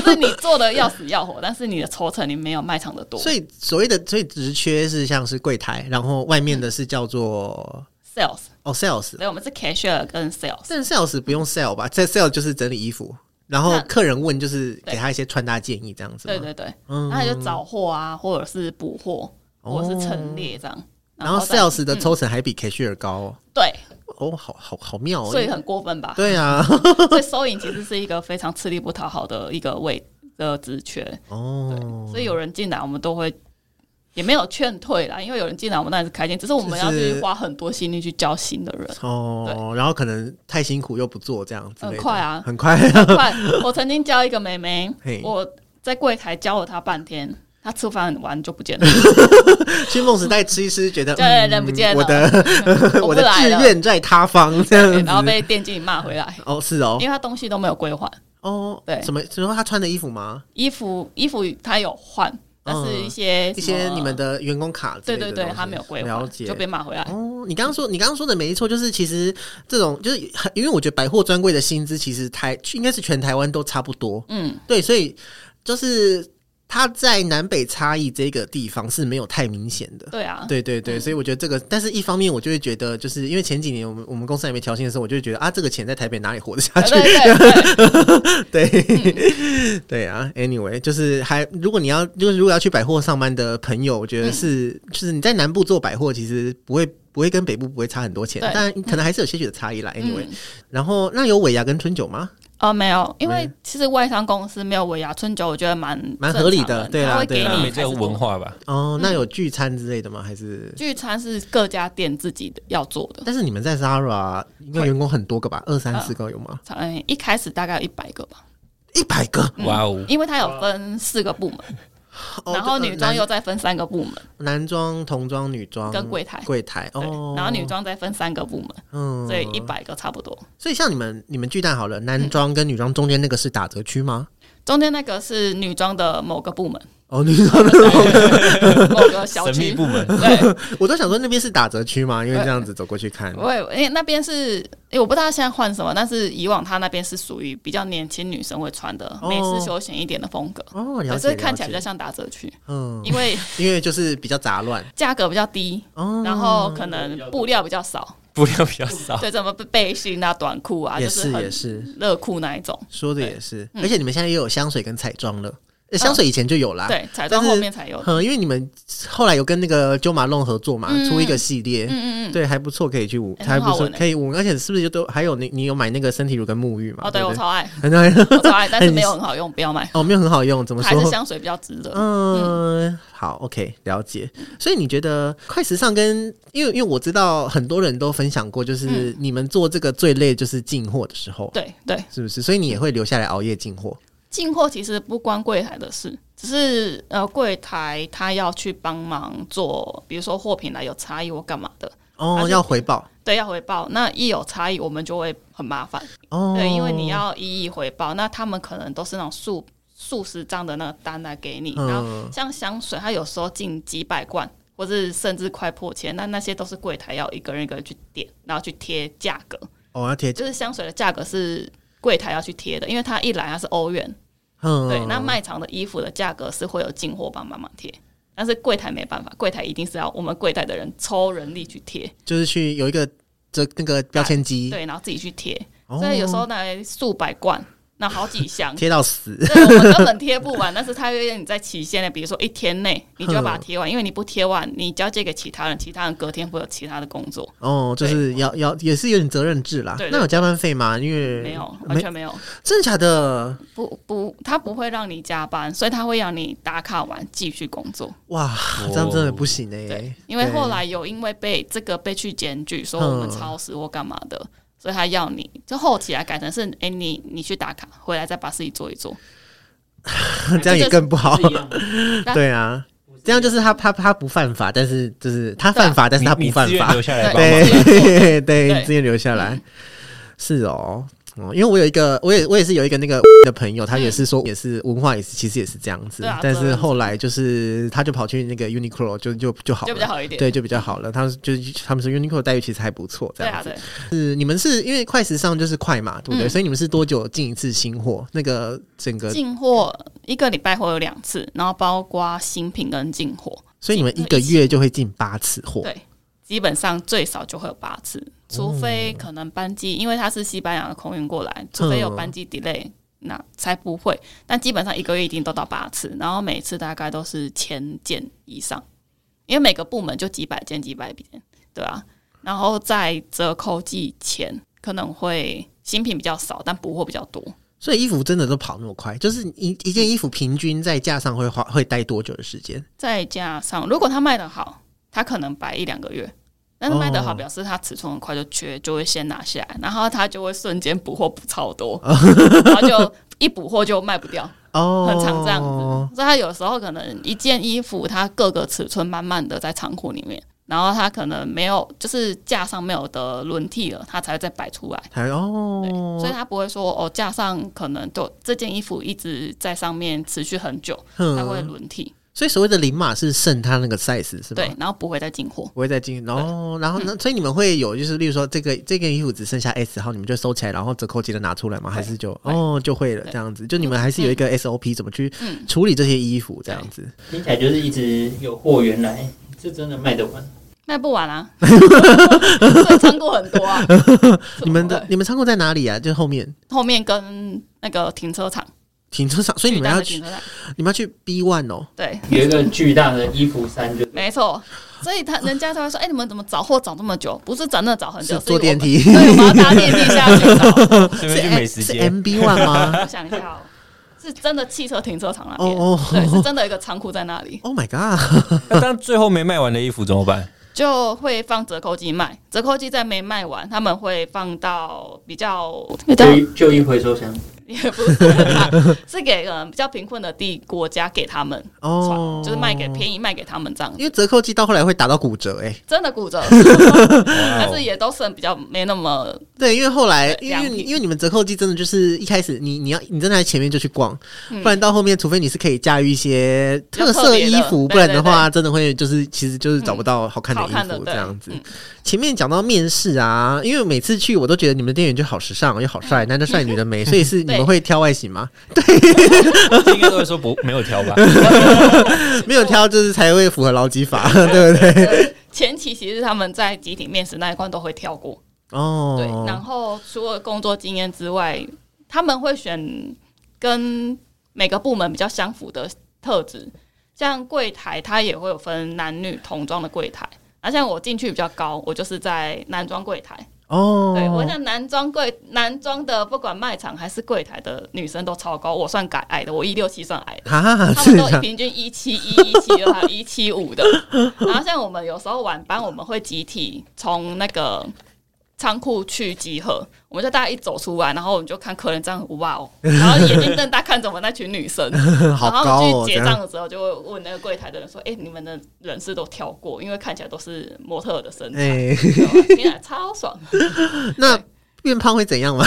Speaker 3: 是你做的要死要活，但是你的抽成你没有卖场的多。
Speaker 1: 所以所谓的所以职缺是像是柜台，然后外面的是叫做
Speaker 3: sales，
Speaker 1: 哦 sales，
Speaker 3: 所以我们是 cashier 跟 sales，
Speaker 1: 但 sales 不用 sell 吧？在 sell 就是整理衣服，然后
Speaker 3: 嗯那
Speaker 1: 客人问就是给他一些穿搭建议这样子吗。
Speaker 3: 对对对，
Speaker 1: 嗯哦
Speaker 3: 那他就找货啊，或者是补货，或者是陈列这样。
Speaker 1: 然后
Speaker 3: 再嗯
Speaker 1: sales 的抽成还比 cashier 高哦，
Speaker 3: 对，
Speaker 1: 哦好好好妙哦。
Speaker 3: 所以很过
Speaker 1: (laughs)
Speaker 3: 分吧？
Speaker 1: 对啊，
Speaker 3: 所以收银其实是一个非常吃力不讨好的一个位的职缺，
Speaker 1: 哦，
Speaker 3: 所以有人进来我们都会。也没有劝退啦，因为有人进来，我们当然是开心，只是我们要
Speaker 1: 就是
Speaker 3: 去花很多心力去教新的人。
Speaker 1: 哦，然后可能太辛苦又不做这样子，
Speaker 3: 很快啊
Speaker 1: 很快。 (laughs)
Speaker 3: 快！我曾经教一个妹妹
Speaker 1: 嘿，
Speaker 3: 我在柜台教了她半天，她吃饭完就不
Speaker 1: (laughs)
Speaker 3: 见了，
Speaker 1: 去梦时代吃一吃，觉得
Speaker 3: 对
Speaker 1: 嗯
Speaker 3: 人不见了
Speaker 1: 我的
Speaker 3: 我
Speaker 1: 我
Speaker 3: 不
Speaker 1: 的
Speaker 3: 来
Speaker 1: 志
Speaker 3: 了，
Speaker 1: 愿在他方这样
Speaker 3: 对
Speaker 1: 子，
Speaker 3: 然后被店经理骂回来，
Speaker 1: 哦是哦
Speaker 3: 因为她东西都没有归还，
Speaker 1: 哦
Speaker 3: 对
Speaker 1: 什么什么他穿的衣服吗？
Speaker 3: 衣服衣服她有换，但是一些
Speaker 1: 嗯一
Speaker 3: 什么
Speaker 1: 些你们的员工卡之
Speaker 3: 对
Speaker 1: 类的
Speaker 3: 对对，
Speaker 1: 东西
Speaker 3: 她没有归
Speaker 1: 了
Speaker 3: 还，
Speaker 1: 解
Speaker 3: 就被骂回来。
Speaker 1: 哦，你刚刚说，你刚刚说的没错，就是其实这种就是很，因为我觉得百货专柜的薪资其实台应该是全台湾都差不多，
Speaker 3: 嗯，
Speaker 1: 对，所以就是它在南北差异这个地方是没有太明显的。
Speaker 3: 对啊，
Speaker 1: 对对对，所以我觉得这个，但是一方面我就会觉得，就是因为前几年我们我们公司还没调薪的时候，我就会觉得啊，这个钱在台北哪里活得下
Speaker 3: 啊对
Speaker 1: 去？
Speaker 3: 对
Speaker 1: (laughs)
Speaker 3: 对，
Speaker 1: 对
Speaker 3: 嗯
Speaker 1: 对 (laughs) 啊，anyway，就是还如果你要就是如果要去百货上班的朋友，我觉得是、
Speaker 3: 嗯
Speaker 1: 就是你在南部做百货，其实不会不会跟北部不会差很多钱
Speaker 3: 对，
Speaker 1: 但可能还是有些许的差异啦。anyway，、
Speaker 3: 嗯
Speaker 1: 然后那有尾牙跟春酒吗？
Speaker 3: 哦没有，因为
Speaker 1: 没
Speaker 3: 其实外商公司没有尾牙春酒，我觉得蛮
Speaker 1: 蛮合理的
Speaker 3: 正常
Speaker 1: 对啊
Speaker 3: 他会
Speaker 1: 对
Speaker 3: 给
Speaker 1: 啊
Speaker 4: 那
Speaker 3: 你
Speaker 4: 没这个文。化吧？
Speaker 1: 哦，
Speaker 3: 嗯
Speaker 1: 那有聚餐之类的吗？还是？
Speaker 3: 聚餐是各家店自己的要做的，
Speaker 1: 但是你们在 Zara 应该员工很多个吧，二三
Speaker 3: 嗯
Speaker 1: 四个有吗？
Speaker 3: 嗯，一开始大概有一百个吧。
Speaker 1: 一百个，
Speaker 4: 哇哦，
Speaker 3: 因为它有分四个部门，
Speaker 1: 哦
Speaker 3: 然后
Speaker 1: 对
Speaker 3: 女
Speaker 1: 呃
Speaker 3: 装
Speaker 1: 男
Speaker 3: 又再分三个部门，
Speaker 1: 男装、童装、女装
Speaker 3: 跟柜台
Speaker 1: 柜台
Speaker 3: 对
Speaker 1: 哦，，
Speaker 3: 然后女装再分三个部门，
Speaker 1: 嗯
Speaker 3: 所以一。百个差不多。
Speaker 1: 所以像你们你们巨蛋好了，男装跟女装中间那个是打折区吗？
Speaker 3: 中间那个是女装的某个部门，
Speaker 1: 哦，女装的，
Speaker 3: 某个小
Speaker 4: 神秘
Speaker 3: 区。
Speaker 1: (laughs)
Speaker 4: 部门
Speaker 3: 对，
Speaker 1: 我都想说那边是打折区吗？因为这样子走过去看，
Speaker 3: 我也因为那边是，因为我不知道现在换什么，但是以往它那边是属于比较年轻女生会穿的
Speaker 1: 哦
Speaker 3: 美式休闲一点的风格，
Speaker 1: 哦，了
Speaker 3: 可
Speaker 1: 解，
Speaker 3: 是看起来比较
Speaker 1: 了解
Speaker 3: 像打折区，
Speaker 1: 嗯，
Speaker 3: 因为
Speaker 1: 因为就是比较杂乱
Speaker 3: 价格比较低，
Speaker 1: 哦，
Speaker 3: 然后可
Speaker 4: 嗯
Speaker 3: 能布料比较少，
Speaker 4: 布料比较少，
Speaker 3: 对，什么背心啊、短裤啊，
Speaker 1: 也
Speaker 3: 就是是
Speaker 1: 也
Speaker 3: 很
Speaker 1: 是
Speaker 3: 热裤那一种。
Speaker 1: 说的也是，而且你们现在也有香水跟彩妆了，呃香水以前就有啦，
Speaker 3: 嗯对，彩妆
Speaker 1: 但是
Speaker 3: 后面才有的。
Speaker 1: 嗯，因为你们后来有跟那个 Jo Malone 合作嘛，
Speaker 3: 嗯
Speaker 1: 出一个系列，
Speaker 3: 嗯嗯嗯，
Speaker 1: 对，还不错，可以去闻，
Speaker 3: 哎
Speaker 1: 还
Speaker 3: 很
Speaker 1: 不
Speaker 3: 好
Speaker 1: 错，
Speaker 3: 闻哎
Speaker 1: 可以闻，而且是不是就都还有你你有买那个身体乳跟沐浴嘛？
Speaker 3: 哦，对我
Speaker 1: 不
Speaker 3: 超爱，
Speaker 1: 很多人，
Speaker 3: 我超爱，但是没有很好用，不要买
Speaker 1: (laughs) 哦，没有很好用，怎么
Speaker 3: 还是
Speaker 1: 说？
Speaker 3: 香水比较值得。
Speaker 1: 嗯，好，OK，了解。所以你觉得快时尚跟因为因为我知道很多人都分享过，
Speaker 3: 嗯
Speaker 1: 就是你们做这个最累就是进货的时候，
Speaker 3: 对对，
Speaker 1: 是不是？所以你也会留下来熬夜进货。
Speaker 3: 进货其实不关柜台的事，只是呃柜台他要去帮忙做，比如说货品来啊有差异或干嘛的，而
Speaker 1: 哦，
Speaker 3: 且
Speaker 1: 要回报
Speaker 3: 啊对，要回报。那一有差异，我们就会很麻烦，
Speaker 1: 哦，
Speaker 3: 对，因为你要一一回报，那他们可能都是那种数。数十张的那个单来给你。然后
Speaker 1: 嗯，
Speaker 3: 像香水，它有时候进几百罐，或是甚至快破千，那那些都是柜台要一个人一个人去点，然后去贴价格。
Speaker 1: 我哦要贴，
Speaker 3: 就是香水的价格是柜台要去贴的，因为它一来它是欧元，
Speaker 1: 嗯，
Speaker 3: 对，那卖场的衣服的价格是会有进货帮妈妈贴。但是柜台没办法，柜台一定是要我们柜台的人抽人力去贴，
Speaker 1: 就是去有一个这那个标签机，
Speaker 3: 对，然后自己去贴，
Speaker 1: 哦，
Speaker 3: 所以有时候拿来数百罐，那好几箱，
Speaker 1: 贴到死，
Speaker 3: 对，我们根本贴不完，但是它会让你在期限内，比如说一天内，你就要把它贴完，因为你不贴完，你交接给其他人，其他人隔天会有其他的工作，
Speaker 1: 哦，就是要要也是有点责任制啦
Speaker 3: 对。对
Speaker 1: 那有加班费吗？因为
Speaker 3: 没有，完全没有，
Speaker 1: 真的假的？
Speaker 3: 不不，他不会让你加班，所以他会让你打卡完继续工作，
Speaker 1: 哇，这样真的不行
Speaker 3: 对
Speaker 1: 哎，，
Speaker 3: 因为
Speaker 1: 对嗯
Speaker 3: 后来有因为被这个被去检举说我们超时或干嘛的。所以他要你，就后期来改成是，哎、你你去打卡，回来再把事情做一做。
Speaker 1: 这样也更不好 (laughs)
Speaker 2: 不。是一样吗，
Speaker 1: 对啊，这样就是是他他他不犯法，但是就是他犯法，但是他不
Speaker 4: 你
Speaker 1: 犯
Speaker 4: 自愿
Speaker 1: 法
Speaker 4: 留，下来帮
Speaker 3: (laughs)
Speaker 4: 忙。
Speaker 1: 对对，
Speaker 3: 对
Speaker 1: 自愿留下来。是哦，哦，因为我有一个，我也我也是有一个那个的朋友，他也是说也是文化也是其实也是这样子
Speaker 3: 对啊，
Speaker 1: 但
Speaker 3: 责
Speaker 1: 是
Speaker 3: 任
Speaker 1: 后来就是他就跑去那个 Uniqlo 就就就好
Speaker 3: 就比较
Speaker 1: 了。
Speaker 3: 好一点。
Speaker 1: 对，就比较好了。他就是他们说 Uniqlo 待遇其实还不错，这
Speaker 3: 对
Speaker 1: 样
Speaker 3: 啊，
Speaker 1: 子。
Speaker 3: 对，
Speaker 1: 是你们是因为快时尚就是快嘛，对不对？
Speaker 3: 嗯
Speaker 1: 所以你们是多久进一次新货？那个整个，
Speaker 3: 进货一个礼拜会有两次，然后包括新品跟进货，
Speaker 1: 所以你们一个月就会进八次货。
Speaker 3: 对，基本上最少就会有八次，除非可能班机，因为它是西班牙的空运过来，除非有班机 delay，那才不会。但基本上一个月一定都到八次，然后每次大概都是千件以上，因为每个部门就几百件、几百件，对啊。然后在折扣季前可能会新品比较少，但补货比较多。
Speaker 1: 所以衣服真的都跑那么快，就是一一件衣服平均在架上会花会待多久的时间？
Speaker 3: 再加上如果它卖得好，它可能摆一两个月。但是卖得好，
Speaker 1: 哦
Speaker 3: 表示它尺寸很快就缺，就会先拿下来，然后它就会瞬间补货补超多，
Speaker 1: (laughs)
Speaker 3: 然后就一补货就卖不掉，
Speaker 1: 哦，
Speaker 3: 很常这样子。所以它有时候可能一件衣服，它各个尺寸慢慢的在仓库里面，然后它可能没有就是架上没有的轮替了，它才会再摆出来。
Speaker 1: 还哦，
Speaker 3: 所以它不会说哦，架上可能就这件衣服一直在上面持续很久，它会
Speaker 1: 嗯，
Speaker 3: 轮替，
Speaker 1: 所以所谓的零码是剩它那个 size 是吗？
Speaker 3: 对，，然后不会再进货。
Speaker 1: 不会再进。然后，然后呢？所以你们会有就是，例如说这个这件衣服只剩下 S 号，你们就收起来，然后折扣记得拿出来吗？还是就哦就会了
Speaker 3: 对
Speaker 1: 这样子？就你们还是有一个 SOP 怎么去
Speaker 3: 嗯
Speaker 1: 处理这些衣服这样子？
Speaker 2: 听起来就是一直有货源来，这真的卖得
Speaker 1: (laughs)
Speaker 2: 完。
Speaker 3: 卖不完啊，所以仓库很多啊。
Speaker 1: (laughs) 你们的
Speaker 3: 对
Speaker 1: 你们仓库在哪里啊？就后面
Speaker 3: 后面跟那个停车场，
Speaker 1: 停车场，所以你
Speaker 3: 巨
Speaker 1: 们
Speaker 3: 大
Speaker 1: 要
Speaker 3: 的
Speaker 1: 去
Speaker 3: 停车场，
Speaker 1: 你们要去 B One 哦。
Speaker 3: 对，
Speaker 2: 有一个巨大的衣服山，就
Speaker 3: 没错。所以他人家才会说，哎、你们怎么找货找这么久？不是真的找很久，
Speaker 1: 是坐电梯
Speaker 3: 是我 (laughs) 们对，我们要搭电梯下去找。
Speaker 4: 顺便去美食
Speaker 1: 是
Speaker 4: 街，
Speaker 1: MB One 吗
Speaker 3: 我想一下哦，是真的汽车停车场那边，
Speaker 1: 哦
Speaker 3: 对，是
Speaker 1: 哦
Speaker 3: 真的有一个仓库在那里，
Speaker 1: ？Oh my god！
Speaker 4: 那当最后没卖完的衣服怎么办？
Speaker 3: 就会放折扣机卖。折扣机在没卖完，他们会放到比较比较
Speaker 2: 旧衣旧衣回收箱，
Speaker 3: 也不是啦，是给嗯比较贫困的地国家给他们
Speaker 1: 哦，
Speaker 3: 就是卖给便宜卖给他们这样，
Speaker 1: 因为折扣季到后来会打到骨折哎、
Speaker 3: 真的骨折，
Speaker 4: 哇
Speaker 3: 但
Speaker 4: 哦
Speaker 3: 是也都剩比较没那么
Speaker 1: 对，因为后来
Speaker 3: 对
Speaker 1: 因为
Speaker 3: 良品
Speaker 1: 因为你们折扣季真的就是一开始你你要你真的在前面就去逛，
Speaker 3: 嗯
Speaker 1: 不然到后面除非你是可以驾驭一些特色衣服，
Speaker 3: 比较特别的
Speaker 1: 不然的话真的会就是其实就是找不到好看的
Speaker 3: 好看
Speaker 1: 衣
Speaker 3: 的
Speaker 1: 服
Speaker 3: 对
Speaker 1: 这样子
Speaker 3: 嗯。
Speaker 1: 前面讲到面试啊，因为每次去我都觉得你们店员就好时尚又好帅，男的帅女的美，所以是你们
Speaker 3: (laughs) 对
Speaker 1: 会挑外
Speaker 3: (laughs)
Speaker 1: 形吗？
Speaker 4: 这应该都会说不没有挑吧？
Speaker 1: 没有挑就是才会符合劳基法，对不对？
Speaker 3: 前期其实他们在集体面试那一关都会跳过，
Speaker 1: (laughs) 哦，
Speaker 3: 对。然后除了工作经验之外，他们会选跟每个部门比较相符的特质，像柜台它也会有分男女童装的柜台。那像我进去比较高，我就是在男装柜台。
Speaker 1: 哦， (laughs)
Speaker 3: 对我像男装柜、男装的，不管卖场还是柜台的女生都超高，我算矮矮的，我一六七算矮的。
Speaker 1: 哈，
Speaker 3: 他
Speaker 1: 是
Speaker 3: 们
Speaker 1: 这
Speaker 3: 都
Speaker 1: 样
Speaker 3: 平均一七一、一七二、还有一七五的。然后像我们有时候晚班，我们会集体从那个仓库去集合，我们就大家一走出来，然后我们就看客人这样哇
Speaker 1: (laughs)
Speaker 3: 哦，然后眼睛瞪大看着我们那群女生，
Speaker 1: 好
Speaker 3: 然
Speaker 1: 高
Speaker 3: 后
Speaker 1: 哦，
Speaker 3: 去
Speaker 1: 这
Speaker 3: 结
Speaker 1: 样
Speaker 3: 账的时候就会问那个柜台的人说：“哎、你们的人事都挑过，因为看起来都是模特儿的身材，
Speaker 1: 哎，
Speaker 3: 对吧听起来超爽。”
Speaker 1: 那变胖会怎样
Speaker 3: (laughs)
Speaker 1: 吗？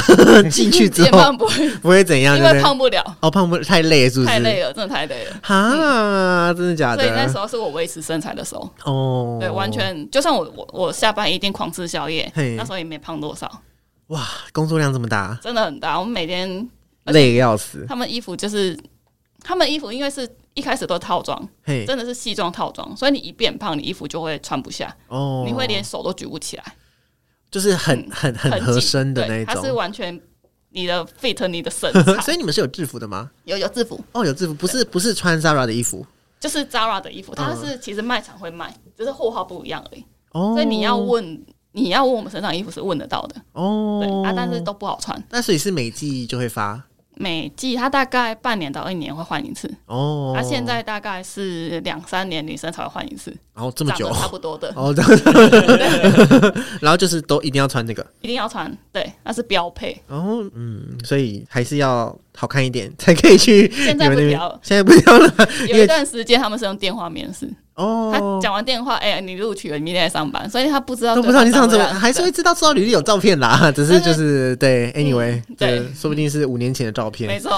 Speaker 1: 进去之
Speaker 3: 也
Speaker 1: 后
Speaker 3: 胖不会，
Speaker 1: 不会怎样，
Speaker 3: 因
Speaker 1: 对不
Speaker 3: 为
Speaker 1: 对？
Speaker 3: 胖不了，
Speaker 1: 哦，胖不太累是不是？
Speaker 3: 太累了，真的太累了。
Speaker 1: 哈，真的假
Speaker 3: 所以那时
Speaker 1: 的？
Speaker 3: 候是我维持身材的时候，
Speaker 1: 哦，
Speaker 3: 对，完全就算我我我下班一定狂吃宵夜
Speaker 1: 嘿，
Speaker 3: 那时候也没胖多少，
Speaker 1: 哇，工作量这么大，
Speaker 3: 真的很大。我们每天
Speaker 1: 累得要死。
Speaker 3: 他们衣服就是他们衣服，因为是一开始都套装，
Speaker 1: 嘿，
Speaker 3: 真的是西装套装，所以你一变胖，你衣服就会穿不下，
Speaker 1: 哦，
Speaker 3: 你会连手都举不起来，
Speaker 1: 就是很很很
Speaker 3: 紧
Speaker 1: 合身的那
Speaker 3: 对
Speaker 1: 一
Speaker 3: 它是
Speaker 1: 种。
Speaker 3: 完全你的 fit 你的
Speaker 1: (laughs)
Speaker 3: 身
Speaker 1: 所
Speaker 3: 材，
Speaker 1: 以你们是有制服的吗？
Speaker 3: 有有制服，
Speaker 1: 哦，有制服，不是不是穿 Zara 的衣服
Speaker 3: 就是 Zara 的衣服，
Speaker 1: 嗯
Speaker 3: 它是其实卖场会卖，只是货号不一样而已，
Speaker 1: 哦。
Speaker 3: 所以你要问。你要问我们身上的衣服是问得到的，对、
Speaker 1: 哦
Speaker 3: 啊，但是都不好穿。
Speaker 1: 那所以是每季就会发
Speaker 3: 每季它大概半年到一年会换一次，
Speaker 1: 哦。
Speaker 3: 它、啊现在大概是两三年女生才会换一次，
Speaker 1: 然后哦这么
Speaker 3: 长
Speaker 1: 久
Speaker 3: 得差不多的
Speaker 1: 哦，这样 (laughs) 然后就是都一定要穿这个
Speaker 3: 一定要穿，对，那是标配。
Speaker 1: 哦，嗯，所以还是要好看一点才可以
Speaker 3: (laughs)
Speaker 1: 去你
Speaker 3: 现在
Speaker 1: 们那
Speaker 3: 不
Speaker 1: 边
Speaker 3: 聊了。
Speaker 1: 现在不要了因
Speaker 3: 有
Speaker 1: 为
Speaker 3: 一段时间他们是用电话面试，他
Speaker 1: 哦，
Speaker 3: 讲完电话，哎、你录取了，你明天来上班，所以他不知道
Speaker 1: 都不知道你上
Speaker 3: 怎
Speaker 1: 怎么，还是会知道收到履历有照片啦，只是就是对，anyway，
Speaker 3: 嗯对
Speaker 1: 这说不定是五年前的照
Speaker 3: 没
Speaker 1: 片。 (laughs)
Speaker 3: 错，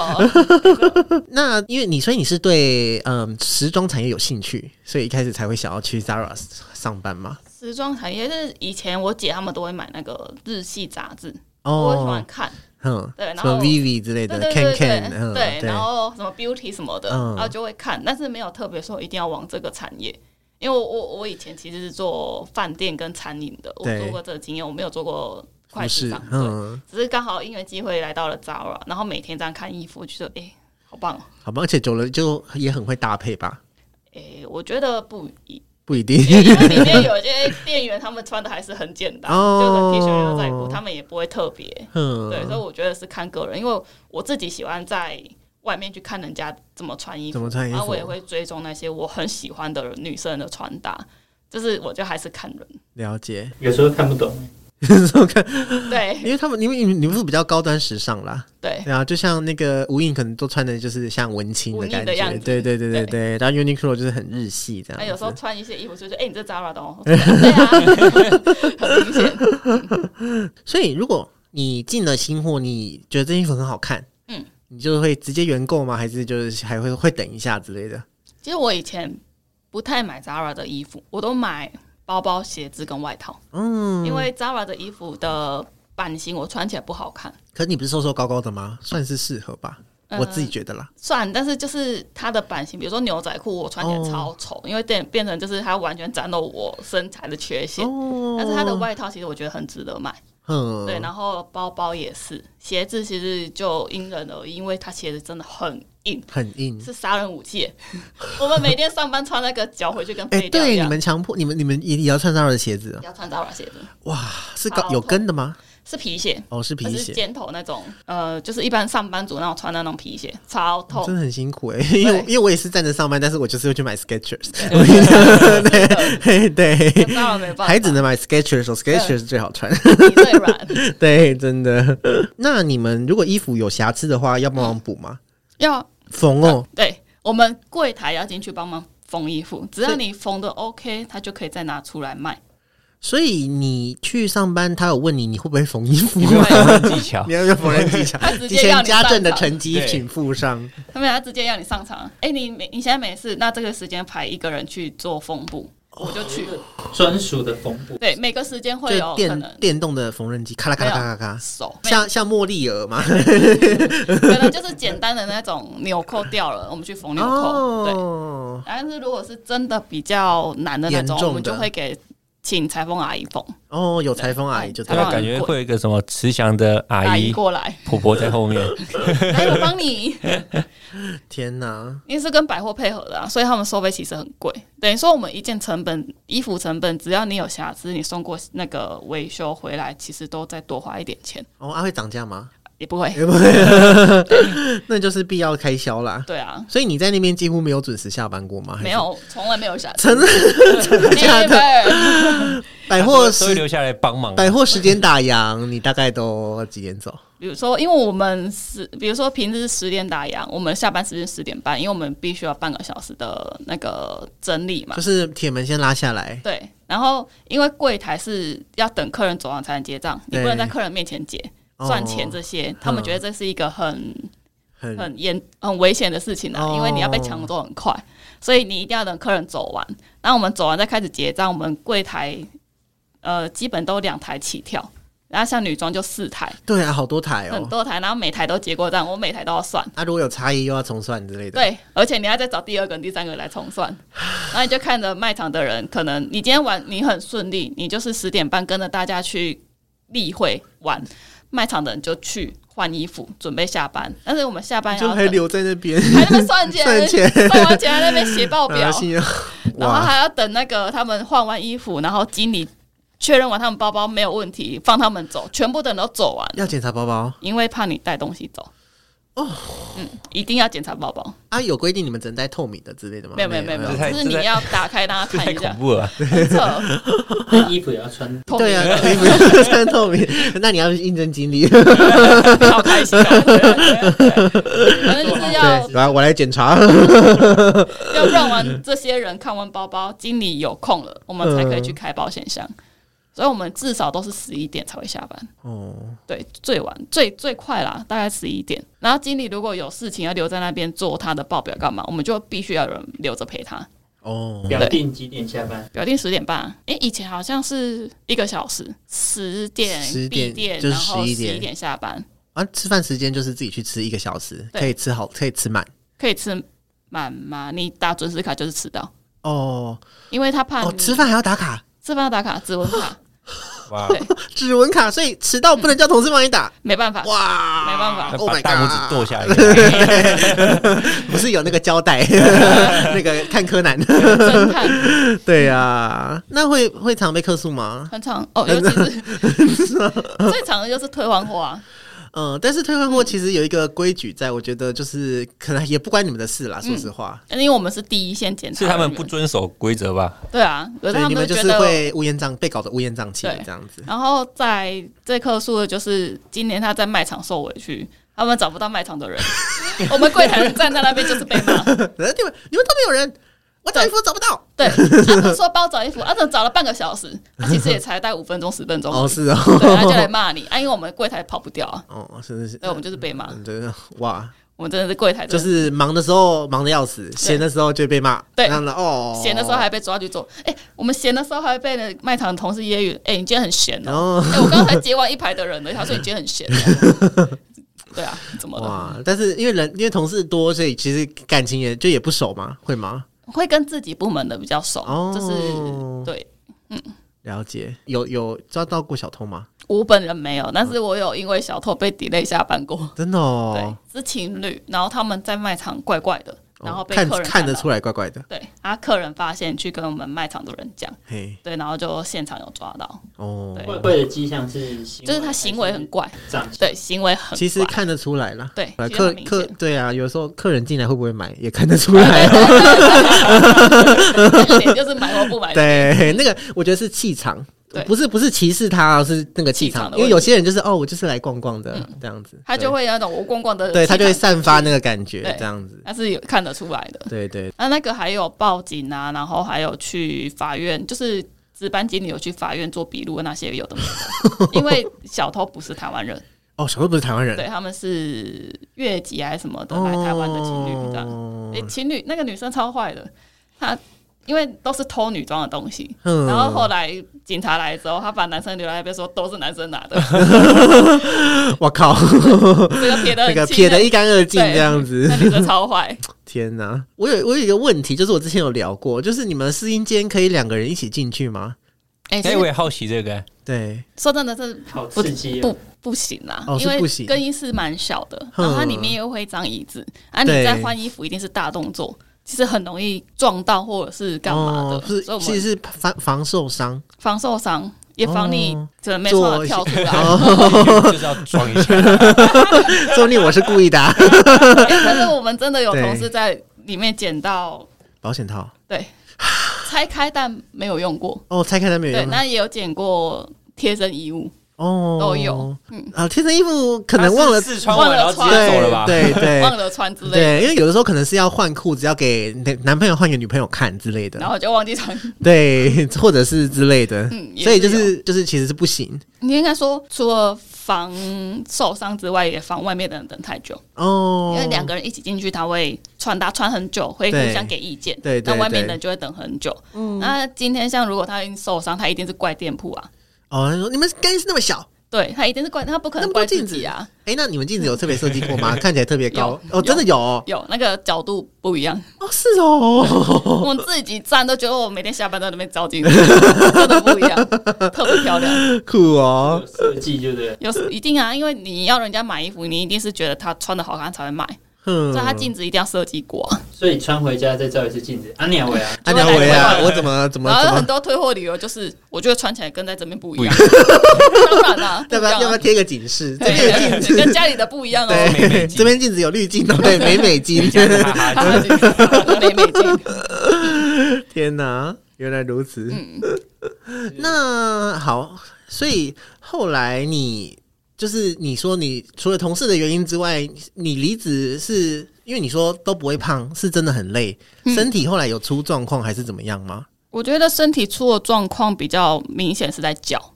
Speaker 1: 那因为你，所以你是对嗯时装产业有兴趣，所以一开始才会想要去 Zara 上班嘛？
Speaker 3: 时装产业就是以前我姐他们都会买那个日系杂志，我喜
Speaker 1: 哦
Speaker 3: 欢，看，
Speaker 1: 嗯，
Speaker 3: 对然
Speaker 1: 什
Speaker 3: 后
Speaker 1: 么 Vivi 之类
Speaker 3: 对
Speaker 1: 的
Speaker 3: 对
Speaker 1: ，Can
Speaker 3: 对
Speaker 1: Can，
Speaker 3: 对
Speaker 1: 嗯，
Speaker 3: 对，
Speaker 1: 对
Speaker 3: 然，后什么 beauty 什么的，
Speaker 1: 嗯
Speaker 3: 然后就会看，但是没有特别说一定要往这个产业。因为我我我以前其实是做饭店跟餐饮的，我
Speaker 1: 对
Speaker 3: 做过这个经验，我没有做过快
Speaker 1: 不
Speaker 3: 时
Speaker 1: 是
Speaker 3: 尚，，对，
Speaker 1: 嗯，
Speaker 3: 只是刚好因为机会来到了 Zara，然后每天这样看衣服，就觉得哎、好棒哦，
Speaker 1: 好吧，而且久了就也很会搭配吧，
Speaker 3: 诶、我觉得不一，
Speaker 1: 不一定。 (laughs)
Speaker 3: 因为里面有些店员他们穿的还是很简单，
Speaker 1: 哦
Speaker 3: 就是 T 恤、牛仔裤，他们也不会特别。
Speaker 1: 嗯，
Speaker 3: 对，所以我觉得是看个人，因为我自己喜欢在外面去看人家怎么穿衣
Speaker 1: 怎
Speaker 3: 服，
Speaker 1: 么穿衣
Speaker 3: 然后
Speaker 1: 服
Speaker 3: 我也会追踪那些我很喜欢的女生的穿搭。就是我就还是看人，
Speaker 1: 了解，
Speaker 2: 有时候看不懂。
Speaker 1: (laughs)
Speaker 3: 对
Speaker 1: 因为他们你们你们你们是比较高端时尚啦，
Speaker 3: 对，
Speaker 1: 对啊，就像那个无印可能都穿的就是像文青的
Speaker 3: 文艺的
Speaker 1: 感觉，
Speaker 3: 样子
Speaker 1: 对对对对对。
Speaker 3: 对
Speaker 1: 然后 Uniqlo 就是很日系这样
Speaker 3: 那
Speaker 1: 子。
Speaker 3: 有时候穿一些衣服就说：“哎、你这 Zara 的哦。”我说对啊， (laughs) 很明显。
Speaker 1: 所以如果你进了新货，你觉得这衣服很好看，
Speaker 3: 嗯，
Speaker 1: 你就会直接原购吗？还是就是还会会等一下之类的？
Speaker 3: 其实我以前不太买 Zara 的衣服，我都买包包、鞋子跟外套。嗯，因为 Zara 的衣服的版型我穿起来不好看，
Speaker 1: 可是你不是瘦瘦高高的吗？算是适合吧，
Speaker 3: 嗯
Speaker 1: 我自己觉得啦。
Speaker 3: 算，但是就是它的版型，比如说牛仔裤，我穿起
Speaker 1: 哦
Speaker 3: 来超丑，因为变变成就是它完全展露我身材的缺陷。
Speaker 1: 哦
Speaker 3: 但是它的，外套其实我觉得很值得买，
Speaker 1: 嗯，
Speaker 3: 对，然后包包也是，鞋子其实就因人而异，因为它鞋子真的很硬，
Speaker 1: 很硬。
Speaker 3: 是杀人武器耶。 (laughs) 我们每天上班穿那个脚回去跟
Speaker 1: 哎、
Speaker 3: 废掉一
Speaker 1: 对，你
Speaker 3: 样，
Speaker 1: 们强迫你们你们也也要穿 Zara 的鞋子啊？
Speaker 3: 要穿 Zara 鞋子，
Speaker 1: 哇，是高
Speaker 3: 好
Speaker 1: 有跟的吗？
Speaker 3: 是皮鞋，
Speaker 1: 哦，是皮
Speaker 3: 而哦是
Speaker 1: 鞋，
Speaker 3: 尖头那种，呃，就是一般上班族那种穿的那种皮鞋，超痛。 (laughs)
Speaker 1: 真的很辛苦哎、因为
Speaker 3: 哦对
Speaker 1: 因为我也是站着上班，但是我就是会去买 Skechers，对对，
Speaker 3: 那当然没办法，
Speaker 1: 还只能买 Skechers，哦 Skechers 最好穿。
Speaker 3: (laughs)
Speaker 1: (laughs)
Speaker 3: 你最软，
Speaker 1: 对，真的。那你们如果衣服有瑕疵的话，要帮忙补吗？
Speaker 3: 要
Speaker 1: 缝哦，
Speaker 3: 呃对我们柜台要进去帮忙缝衣服，只要
Speaker 1: 是
Speaker 3: 你缝的 OK，他就可以再拿出来卖。
Speaker 1: 所以你去上班，他有问你你会不会缝衣
Speaker 3: (laughs)
Speaker 1: 服
Speaker 4: 你
Speaker 1: 吗？
Speaker 4: 们有缝纫技巧
Speaker 1: 你要不要缝纫技巧
Speaker 3: 他？直
Speaker 1: 提
Speaker 3: 接要
Speaker 1: 前
Speaker 3: 你
Speaker 1: 家
Speaker 3: 上
Speaker 1: 政的
Speaker 3: 场，
Speaker 1: 成绩请附上。
Speaker 3: 他们他直接要你上场。哎、你每你现在没事，那这个时间排一个人去做缝补，我就去。
Speaker 2: 专属的缝补，
Speaker 3: 对，每个时间会有
Speaker 1: 哦就
Speaker 3: 可
Speaker 1: 电
Speaker 3: 能
Speaker 1: 电动的缝纫机，咔啦咔啦
Speaker 3: 没有
Speaker 1: 咔啦咔啦，
Speaker 3: 手，没有
Speaker 1: 像像茉莉儿嘛。
Speaker 3: 可能就是简单的那种纽扣掉了，我们去缝纽扣。对。
Speaker 1: 哦，
Speaker 3: 但是如果是真的比较难的那
Speaker 1: 严重
Speaker 3: 种，
Speaker 1: 的
Speaker 3: 我们就会给请裁缝阿姨缝，
Speaker 1: 哦，有裁缝阿姨就
Speaker 3: 裁
Speaker 1: 对
Speaker 3: 缝
Speaker 1: 了
Speaker 3: 阿
Speaker 4: 那
Speaker 3: 姨
Speaker 4: 感觉会有一个什么慈祥的
Speaker 3: 阿
Speaker 4: 阿
Speaker 3: 姨
Speaker 4: 姨
Speaker 3: 过来，
Speaker 4: 婆婆在后面，
Speaker 3: 来我帮你，
Speaker 1: 天哪，
Speaker 3: 因为是跟百货配合的、啊，所以他们收费其实很贵。等于说我们一件成本，衣服成本，只要你有瑕疵，你送过那个维修回来，其实都再多花一点钱，
Speaker 1: 哦，阿、啊、会涨价吗？
Speaker 3: 也不会。
Speaker 1: 那就是必要开销啦。
Speaker 3: 对啊，
Speaker 1: 所以你在那边几乎没有准时下班过吗？还是
Speaker 3: 没，有，从来没有瑕
Speaker 1: (laughs)
Speaker 3: 疵，
Speaker 1: 真的真的假的？
Speaker 3: Never
Speaker 1: 百货
Speaker 4: 都会
Speaker 1: 时
Speaker 4: 留下来帮忙。
Speaker 1: 百货时间打烊，你大概都几点走？
Speaker 3: 比如说，因为我们十，比如说平日十点打烊，我们下班时间十点半，因为我们必须要半个小时的那个整理嘛
Speaker 1: 就。是铁门先拉下来，
Speaker 3: 对，然后因为柜台是要等客人走完才能结账，你不能
Speaker 1: 对
Speaker 3: 在客人面前结
Speaker 1: 哦嗯
Speaker 3: 算钱这些，他们觉得这是一个很
Speaker 1: 很
Speaker 3: 很严、很危险的事情啊，
Speaker 1: 哦
Speaker 3: 因为你要被抢走很快，所以你一定要等客人走完。然后我们走完再开始结账，我们柜台呃基本都两台起跳，然后像女装就四台，
Speaker 1: 对啊，好多台
Speaker 3: 很
Speaker 1: 哦。
Speaker 3: 多台，然后每台都结过账，我每台都要算。
Speaker 1: 啊，如果有差异又要重算之类的。
Speaker 3: 对，而且你还再找第二个、第三个来
Speaker 1: (sighs)
Speaker 3: 重算，然后你就看着卖场的人，可能你今天玩你很顺利，你就是十点半跟着大家去例会玩，卖场的人就去换衣服准备下班，但是我们下班
Speaker 1: 就
Speaker 3: 要
Speaker 1: 还
Speaker 3: 等
Speaker 1: 留在那边，
Speaker 3: 还在那边算钱，
Speaker 1: (laughs) 算钱啊
Speaker 3: 算完钱还在那边写
Speaker 1: (laughs)
Speaker 3: 报表
Speaker 1: 然后，信用
Speaker 3: 然后
Speaker 1: 哇，
Speaker 3: 还要等那个他们换完衣服，然后经理确认完他们包包没有问题，放他们走，全部等都走完，
Speaker 1: 要检查包包
Speaker 3: 因为怕你带东西走。哦，嗯，一定要检查包包，
Speaker 1: 啊？有规定你们只能带透明的之类的吗？
Speaker 3: 没有没有没有没
Speaker 4: 这
Speaker 3: 有，
Speaker 4: 太
Speaker 3: 就是
Speaker 4: 这
Speaker 3: 你
Speaker 4: 太
Speaker 3: 要打开让他
Speaker 4: 这
Speaker 3: 看
Speaker 4: 太
Speaker 3: 一
Speaker 4: 恐
Speaker 3: 下，
Speaker 4: 怖了吧，
Speaker 3: 很扯，
Speaker 2: 那衣服也要穿。
Speaker 3: 透明
Speaker 1: 对啊，
Speaker 3: 的，
Speaker 1: 可以不用穿透明，那你要应征经理，对，
Speaker 3: 好开心啊！对对对对反正就是要
Speaker 1: 然后我来检查，
Speaker 3: 要让完这些人看完包包，经理有空了，我们才可以去开保险箱。所以我们至少都是十一点才会下班，
Speaker 1: 哦，
Speaker 3: 对，最晚最最快啦，大概十一点。然后经理如果有事情要留在那边做他的报表干嘛，我们就必须要有人留着陪他。
Speaker 1: 哦，
Speaker 2: 表定几点下班？
Speaker 3: 表定十点半，诶、以前好像是一个小时，十点
Speaker 1: 10
Speaker 3: 闭
Speaker 1: 点
Speaker 3: 店，
Speaker 1: 就是
Speaker 3: 然后
Speaker 1: 11
Speaker 3: 十
Speaker 1: 点
Speaker 3: 一点下班，
Speaker 1: 啊，吃饭时间就是自己去吃一个小时，
Speaker 3: 对
Speaker 1: 可以吃好，可以吃满，
Speaker 3: 可以吃满吗？你打准时卡就是迟到，
Speaker 1: 哦，
Speaker 3: 因为他怕你、
Speaker 1: 哦，吃饭还要打卡，
Speaker 3: 吃饭要打卡，指纹卡
Speaker 4: 哇，
Speaker 3: 对
Speaker 1: 指纹卡，所以迟到不能叫同事帮你打，
Speaker 3: (laughs) 没办法，
Speaker 1: 哇，
Speaker 3: 没办法
Speaker 1: ，Oh
Speaker 4: 把
Speaker 1: my
Speaker 4: 大拇指
Speaker 1: god，
Speaker 4: 剁下来，
Speaker 1: (laughs) 不是有那个胶带，
Speaker 3: (laughs)
Speaker 1: 那个看柯
Speaker 4: (laughs)
Speaker 1: 南，
Speaker 3: 侦探
Speaker 1: 对呀、啊，那会会常被客诉吗？
Speaker 3: 很长
Speaker 1: (laughs)
Speaker 3: 哦，尤其是 (laughs) 最长的就是退换货啊，
Speaker 1: 嗯，但是退换货其实有一个规矩在，我觉得就是可能也不关你们的事
Speaker 3: 嗯
Speaker 1: 啦，说实话，
Speaker 3: 因为我们是第一线检查
Speaker 4: 是
Speaker 3: 人
Speaker 4: 他
Speaker 3: 员，
Speaker 4: 们不遵守规则吧？
Speaker 3: 对啊，可是
Speaker 1: 对，
Speaker 3: 他
Speaker 1: 你
Speaker 3: 们
Speaker 1: 们就
Speaker 3: 都觉
Speaker 1: 是
Speaker 3: 得
Speaker 1: 会乌烟瘴被搞得乌烟瘴气的
Speaker 3: 对
Speaker 1: 这样子。
Speaker 3: 然后在最客诉的就是今年他在卖场受委屈，他们找不到卖场的人， (laughs) 我们柜台人站在那边就是被
Speaker 1: (laughs)
Speaker 3: 骂。
Speaker 1: 呃，你们你们都没有人，我找衣服找不到。
Speaker 3: 对，他们说帮我找衣服，啊，怎么找了半个小时？啊、其实也才待五分钟十分钟而
Speaker 1: 哦，
Speaker 3: 已，
Speaker 1: 是哦，
Speaker 3: 对，他就来骂你，啊，因为我们柜台跑不掉啊，
Speaker 1: (laughs) 哦，是是是，
Speaker 3: 对，我们就是被骂，
Speaker 1: 嗯，对，哇，
Speaker 3: 我们真的是柜台
Speaker 1: 就
Speaker 3: 真的
Speaker 1: 是忙的时候忙的要死，闲的时候就被骂，
Speaker 3: 对
Speaker 1: 然后呢哦，
Speaker 3: 闲的时候还被抓去做，哎、我们闲的时候还被那卖场的同事揶揄，哎、你今天很闲哦、
Speaker 1: 哦。
Speaker 3: 哎、我刚才接完一排的人了，他说你今天很闲、 (laughs) 对啊，怎么了？
Speaker 1: 哇！但是因为人因为同事多，所以其实感情也就也不熟嘛，会吗？
Speaker 3: 会跟自己部门的比较熟，
Speaker 1: 哦
Speaker 3: 就是对。
Speaker 1: 了解，有有抓到过小偷吗？
Speaker 3: 我本人没有，但是我有因为小偷被 delay 下班过。
Speaker 1: 真的哦，
Speaker 3: 对，是情侣，然后他们在卖场怪怪的，然后
Speaker 1: 哦
Speaker 3: 被
Speaker 1: 看
Speaker 3: 客人
Speaker 1: 看
Speaker 3: 到
Speaker 1: 得出来怪怪的，
Speaker 3: 对，啊，客人发现去跟我们卖场的人讲，
Speaker 1: 嘿，
Speaker 3: 对，然后就现场有抓到，
Speaker 1: 哦，
Speaker 3: 对
Speaker 2: 怪怪的迹象是，
Speaker 3: 哎就是他行为很怪，
Speaker 2: 长相。
Speaker 3: 对，行为很怪
Speaker 1: 其实看得出来啦。
Speaker 3: 对
Speaker 1: 啊
Speaker 3: 其实
Speaker 1: 客
Speaker 3: 很明
Speaker 1: 客
Speaker 3: 显
Speaker 1: 对啊，有时候客人进来会不会买也看得出
Speaker 3: (laughs)
Speaker 1: 来哦。
Speaker 3: 那个脸 (laughs) 就是买或不买的，
Speaker 1: 对，那个我觉得是气场
Speaker 3: 对，
Speaker 1: 不是不是歧视他，是那个气
Speaker 3: 气场
Speaker 1: 场。
Speaker 3: 的
Speaker 1: 因为
Speaker 3: 问嗯
Speaker 1: 有些人就是哦，我就是来逛逛的这样子，
Speaker 3: 他就
Speaker 1: 对
Speaker 3: 会有那种我逛逛的，
Speaker 1: 对他就会，散发那个感觉
Speaker 3: 对
Speaker 1: 这样子。
Speaker 3: 他是有看得出来的。
Speaker 1: 对对，
Speaker 3: 那那个还有报警啊，然后还有去法院，就是值班经理有去法院做笔录，那些有的
Speaker 1: (laughs)
Speaker 3: 没的，因为小偷不是台湾人，
Speaker 1: 哦，小偷不是台湾人
Speaker 3: 对，他们是越籍还是什么的
Speaker 1: 哦
Speaker 3: 来台湾的情侣这样。诶、情侣那个女生超坏的，她因为都是偷女装的东西，
Speaker 1: 嗯
Speaker 3: 然后后来警察来之后，他把男生留在那边说都是男生
Speaker 1: (laughs)
Speaker 3: 拿的，
Speaker 1: 我靠，
Speaker 3: 这个撇的
Speaker 1: 那个撇得一干二净
Speaker 3: 对
Speaker 1: 这样子
Speaker 3: 那。女生超坏，
Speaker 1: 天哪！我有我有一个问题，就是我之前有聊过，就是你们试音间可以两个人一起进去吗？
Speaker 3: (laughs) 哎、其
Speaker 4: 哎，我
Speaker 3: 实
Speaker 4: 也好奇这个，
Speaker 1: 对，
Speaker 3: 说真的是
Speaker 2: 好刺激、哦！
Speaker 3: 不不行啊，
Speaker 1: 哦
Speaker 3: 因
Speaker 1: 是
Speaker 3: 为
Speaker 1: 不行
Speaker 3: 更衣室蛮小的，
Speaker 1: 哼
Speaker 3: 然后它里面又会一张椅子，啊，你
Speaker 1: 对
Speaker 3: 再换衣服一定是大动作。其实很容易撞到或者是干嘛的，
Speaker 1: 哦、是
Speaker 3: 所以我
Speaker 1: 其实
Speaker 3: 们
Speaker 1: 是防防受伤，
Speaker 3: 防受伤，也防你
Speaker 1: 哦
Speaker 3: 可能没办
Speaker 1: 做
Speaker 3: 法
Speaker 1: 一些
Speaker 3: 跳出来， (laughs)
Speaker 4: 就是要装一下，
Speaker 1: 说不定我是故意的、啊。 (laughs)
Speaker 3: 欸但是我们真的有
Speaker 1: 对
Speaker 3: 同事在里面捡到，
Speaker 1: 保险套
Speaker 3: 对，拆开但没有用过，
Speaker 1: 哦，拆开它没有
Speaker 3: 对，
Speaker 1: 用。
Speaker 3: 那也有捡过贴身衣物，
Speaker 1: 哦，
Speaker 3: 都有。
Speaker 1: 啊，贴身衣服可能忘了
Speaker 4: 试穿完然后直
Speaker 3: 忘
Speaker 4: 接
Speaker 3: 了
Speaker 4: 走了吧？ (laughs)
Speaker 1: 对对
Speaker 3: 忘
Speaker 1: 对
Speaker 3: 了穿之类的，
Speaker 1: 对，因为有的时候可能是要换裤子，要给男男朋友换给女朋友看之类
Speaker 3: 然
Speaker 1: 的，
Speaker 3: 后就忘记穿。
Speaker 1: 对， (laughs) 或者是之类的，
Speaker 3: 嗯，也
Speaker 1: 所以就
Speaker 3: 有
Speaker 1: 是就是其实是不行
Speaker 3: 你应该说，除了防受伤之外，也防外面的人等太久，
Speaker 1: 哦，
Speaker 3: 因为两个人一起进去，他会穿搭穿很久，会
Speaker 1: 对
Speaker 3: 互相给意见，
Speaker 1: 对对
Speaker 3: 那外面
Speaker 1: 对嗯
Speaker 3: 的人就会等很久。那今天像如果他已经受伤，他一定是怪店铺啊，
Speaker 1: 哦，他说你们更衣室那么小，
Speaker 3: 对他一定是怪，他不可
Speaker 1: 那
Speaker 3: 能
Speaker 1: 么多
Speaker 3: 怪自
Speaker 1: 镜子
Speaker 3: 己啊。
Speaker 1: 哎、那你们镜子有特别设计
Speaker 4: (laughs)
Speaker 1: 过吗？看起来特别高哦，
Speaker 3: 有
Speaker 1: 真的有哦，
Speaker 3: 有那个角度不一样，
Speaker 1: 哦是哦， (laughs)
Speaker 3: 我自己站都觉得我每天下班都在那边照镜子，真的不一样，特别漂亮。
Speaker 1: 酷哦，
Speaker 2: 有设计对不对？
Speaker 3: 有时一定啊，因为你要人家买衣服，你一定是觉得他穿的好看才会买，
Speaker 1: 嗯
Speaker 3: 所以他镜子一定要设计过啊。
Speaker 2: 所以穿回家再照一次镜子，啊，你啊喂啊，
Speaker 1: 安鸟维
Speaker 3: (laughs)
Speaker 1: 啊，我怎么怎么
Speaker 3: 然后
Speaker 1: 怎
Speaker 3: 有很
Speaker 1: 么，
Speaker 3: 多退货理由就是，我觉得穿起来跟在这边不一样，当然啦，
Speaker 1: (laughs) 要不要要不要
Speaker 3: 要？
Speaker 1: 贴个警示？这
Speaker 3: 啊对
Speaker 1: 边有镜子，
Speaker 3: (laughs) 跟家里的不一样哦。
Speaker 4: 美美
Speaker 1: 对，
Speaker 4: 镜
Speaker 1: 这边镜子有滤镜哦，对，美美镜，
Speaker 4: 哈哈
Speaker 3: 他们就美美镜，
Speaker 1: 天哪，原来如此，
Speaker 3: 嗯
Speaker 1: (laughs) 那好，所以后来你就是你说你除了同事的原因之外，你离职是因为你说都不会胖，是真的很累，
Speaker 3: 嗯
Speaker 1: 身体后来有出状况还是怎么样吗？
Speaker 3: (laughs) 我觉得身体出的状况比较明显是在脚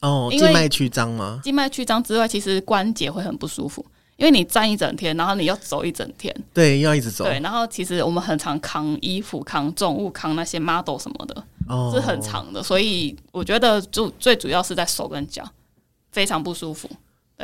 Speaker 1: 哦，
Speaker 3: 因为
Speaker 1: 静脉曲张吗？
Speaker 3: 静脉曲张之外，其实关节会很不舒服，因为你站一整天，然后你要走一整天，
Speaker 1: 对，要一直走，
Speaker 3: 对，然后其实我们很常扛衣服、扛重物、扛那些 model 什么的，
Speaker 1: 哦，
Speaker 3: 是很。长的，所以我觉得就最主要是在手跟脚非常不舒服。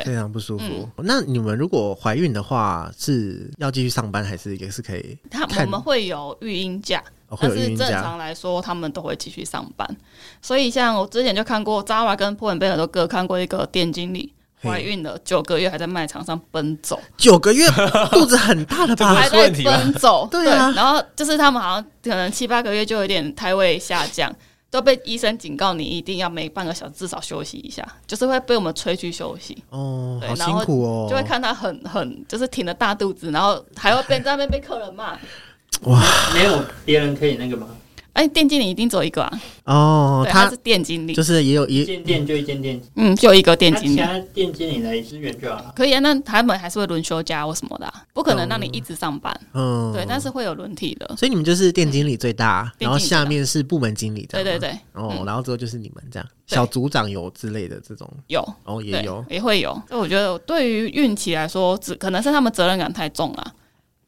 Speaker 1: 非常不舒服。
Speaker 3: 嗯
Speaker 1: 那你们如果怀孕的话，是要继续上班还是也是可以？
Speaker 3: 他
Speaker 1: 看
Speaker 3: 我们会有育婴假，
Speaker 1: 哦、会
Speaker 3: 但
Speaker 1: 有
Speaker 3: 是
Speaker 1: 孕
Speaker 3: 正
Speaker 1: 假
Speaker 3: 常来说，他们都会继续上班。所以像我之前就看过 Zara 跟 p o 贝尔都各看过一个店经理
Speaker 1: 嘿
Speaker 3: 怀孕了九个月还在卖场上奔走，
Speaker 1: 九个月，肚子很大了吧？
Speaker 3: 还在奔
Speaker 1: (laughs)
Speaker 3: 走，
Speaker 1: 对啊
Speaker 3: 然后就是他们好像可能七八个月就有点胎位下降。都被医生警告，你一定要每半个小时至少休息一下，就是会被我们催去休息，
Speaker 1: 哦，
Speaker 3: (laughs) 对
Speaker 1: 好
Speaker 3: 然
Speaker 1: 辛
Speaker 3: 后
Speaker 1: 苦哦，
Speaker 3: 就会看他很很就是挺着大肚子，然后还要被在那边被客人骂。
Speaker 2: 没有别人可以那个吗？
Speaker 3: 哎，店经理一定只有一个啊，
Speaker 1: 哦，
Speaker 3: 对，他
Speaker 1: 他
Speaker 3: 是店经理，
Speaker 1: 就是也有
Speaker 2: 一
Speaker 1: 也
Speaker 2: 间店就一间店，
Speaker 3: 嗯，就一个店
Speaker 2: 那
Speaker 3: 经
Speaker 2: 其
Speaker 3: 理。
Speaker 2: 他店经理来支援就好了。
Speaker 3: 可以啊，那他们还是会轮休假或什么的啊、不可能让你一直上班。
Speaker 1: 嗯，
Speaker 3: 对，但是会有轮替的。
Speaker 1: 所以你们就是店经理最大，
Speaker 3: 店经
Speaker 1: 然
Speaker 3: 理
Speaker 1: 后下面是部门经理这
Speaker 3: 对
Speaker 1: 样吗
Speaker 3: 对。对，
Speaker 1: 哦，
Speaker 3: 嗯
Speaker 1: 然后之后就是你们这样，
Speaker 3: 对
Speaker 1: 小组长有之类的这种，
Speaker 3: 有
Speaker 1: 哦也
Speaker 3: 对
Speaker 1: 有，
Speaker 3: 也会有。所以我觉得对于孕期来说，只可能是他们责任感太重了。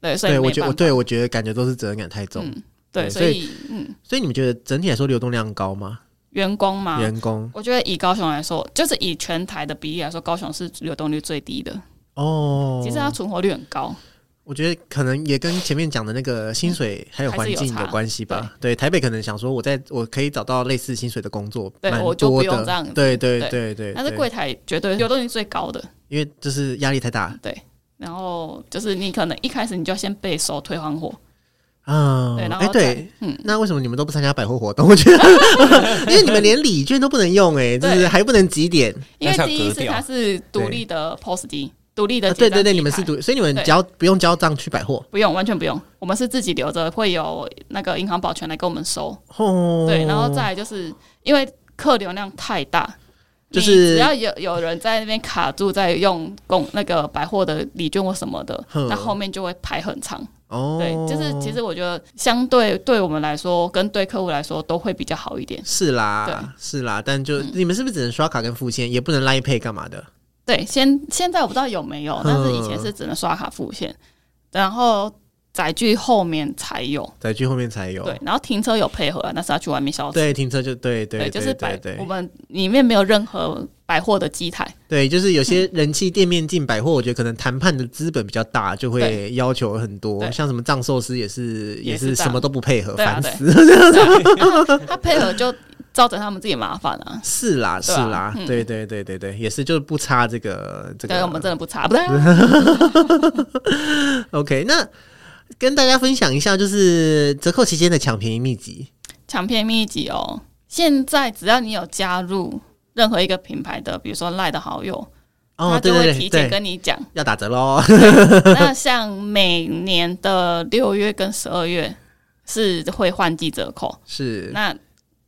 Speaker 3: 对，所以
Speaker 1: 对
Speaker 3: 没
Speaker 1: 我觉
Speaker 3: 办
Speaker 1: 我
Speaker 3: 法。
Speaker 1: 对我觉得感觉都是责任感太重，
Speaker 3: 嗯对，
Speaker 1: 对
Speaker 3: 所以嗯，
Speaker 1: 所以你们觉得整体来说流动量高吗？
Speaker 3: 员工嘛，
Speaker 1: 员工
Speaker 3: 我觉得以高雄来说，就是以全台的比例来说，高雄是流动率最低的。
Speaker 1: 哦，
Speaker 3: 其实啊它存活率很高，
Speaker 1: 我觉得可能也跟前面讲的那个薪水还有环
Speaker 3: 嗯还是
Speaker 1: 境
Speaker 3: 有差
Speaker 1: 有关系吧。对，台北可能想说，我在我可以找到类似薪水的工作，
Speaker 3: 对
Speaker 1: 蛮
Speaker 3: 我就
Speaker 1: 多
Speaker 3: 不用
Speaker 1: 的
Speaker 3: 这样子
Speaker 1: 对对
Speaker 3: 对
Speaker 1: 对对，
Speaker 3: 但是
Speaker 1: 对
Speaker 3: 柜台绝对流动率最高的。
Speaker 1: 因为就是压力太大
Speaker 3: 然后就是你可能一开始你就要先备受退换货，
Speaker 1: 啊。
Speaker 3: 对，然
Speaker 1: 哎
Speaker 3: 后
Speaker 1: 对
Speaker 3: 再，嗯，
Speaker 1: 那为什么你们都不参加百货活动？ (laughs) 我觉得，
Speaker 3: (laughs)
Speaker 1: 因为你们连礼券都不能用、哎，就
Speaker 3: 对
Speaker 1: 是还不能几点？
Speaker 3: 因为
Speaker 4: 但是它
Speaker 3: 第
Speaker 4: 有
Speaker 3: 一
Speaker 4: 格
Speaker 3: 次
Speaker 4: 调
Speaker 3: 它是独立的 POS 机，独立的、
Speaker 1: 啊对对对，你们是，独，所以你们
Speaker 3: 对
Speaker 1: 交不用交账去百货。
Speaker 3: 不用完全不用，我们是自己留着，会有那个银行保全来跟我们收。
Speaker 1: 哦，
Speaker 3: 对，然后再来就是因为客流量太大，
Speaker 1: 就是
Speaker 3: 你只要有有人在那边卡住，在用供那个百货的礼券或什么的
Speaker 1: 哼，
Speaker 3: 那后面就会排很长。
Speaker 1: 哦，
Speaker 3: 对，就是其实我觉得相对对我们来说，跟对客户来说都会比较好一点。
Speaker 1: 是啦，是啦，但就、
Speaker 3: 嗯
Speaker 1: 你们是不是只能刷卡跟付现，也不能 Line Pay 干嘛的？
Speaker 3: 对，现现在我不知道有没有
Speaker 1: 嗯，
Speaker 3: 但是以前是只能刷卡付现，然后载具后面才有。
Speaker 1: 载具后面才有。
Speaker 3: 对，然后停车有配合啊，那是要去外面消费。
Speaker 1: 对，停车就对对，
Speaker 3: 就是
Speaker 1: 对
Speaker 3: 百
Speaker 1: 对
Speaker 3: 我们里面没有任何百货的机台，
Speaker 1: 对，就是有些人气店面进百货，我觉得可能谈判的资本比较大，就会
Speaker 3: 对
Speaker 1: 要求很多。
Speaker 3: 对
Speaker 1: 像什么藏寿司也是
Speaker 3: 也是
Speaker 1: 是
Speaker 3: 这
Speaker 1: 什
Speaker 3: 样
Speaker 1: 么都不配合，
Speaker 3: 对啊
Speaker 1: 呃烦
Speaker 3: 对
Speaker 1: 死。 (laughs)
Speaker 3: 他配合就造成他们自己麻烦啊。
Speaker 1: 是啦是
Speaker 3: 对啊
Speaker 1: 啦，
Speaker 3: 嗯
Speaker 1: 对对对对对，也是就是不差这个这
Speaker 3: 对，
Speaker 1: 个。
Speaker 3: 我们真的不差，不对啊，
Speaker 1: (laughs) OK，那跟大家分享一下，就是折扣期间的抢便宜秘籍。
Speaker 3: 抢便宜秘籍哦。现在只要你有加入任何一个品牌的，比如说赖的好友，
Speaker 1: 哦
Speaker 3: 他，
Speaker 1: 对
Speaker 3: 就会
Speaker 1: 对
Speaker 3: 提
Speaker 1: 对
Speaker 3: 前
Speaker 1: 对，
Speaker 3: 跟你讲。
Speaker 1: 要打折
Speaker 3: (laughs)
Speaker 1: 喽。 (laughs)
Speaker 3: 那像每年的六月跟十二月是会换季折扣，
Speaker 1: 是
Speaker 3: 那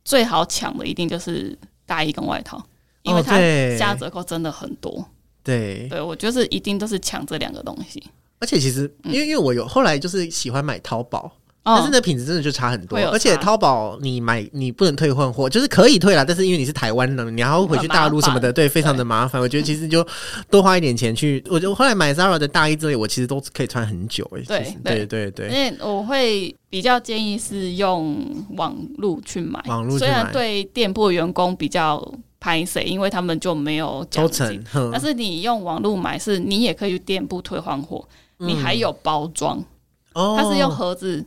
Speaker 3: 最好抢的一定就是大衣跟外套，因因为它
Speaker 1: 哦对
Speaker 3: 下折扣真的很多。
Speaker 1: 对，
Speaker 3: 对我就是一定都是抢这两个东西。
Speaker 1: 而且其实因为因为我有后来就是喜欢买淘宝，但
Speaker 3: 嗯哦
Speaker 1: 是，那品质真的就差很多
Speaker 3: 会有，差
Speaker 1: 而且淘宝你买你不能退换货，就是可以退啦，但是因为你是台湾人，你还要回去大陆什么
Speaker 3: 很麻
Speaker 1: 的，
Speaker 3: 烦
Speaker 1: 对，非常的麻烦。我觉得其实就多花一点钱去，我就后来买 Zara 的大衣之类，我其实都可以穿很久、欸，
Speaker 3: 对
Speaker 1: 其实对
Speaker 3: 对
Speaker 1: 对对
Speaker 3: 因为我会比较建议是用网路去买，
Speaker 1: 网路去买
Speaker 3: 虽然对店铺员工比较拍谁，因为他们就没有奖
Speaker 1: 抽成，
Speaker 3: 金
Speaker 1: 哼
Speaker 3: 但是你用网路买是，你也可以去店铺退换货，
Speaker 1: 嗯
Speaker 3: 你还有包装，
Speaker 1: 哦，
Speaker 3: 它是用盒子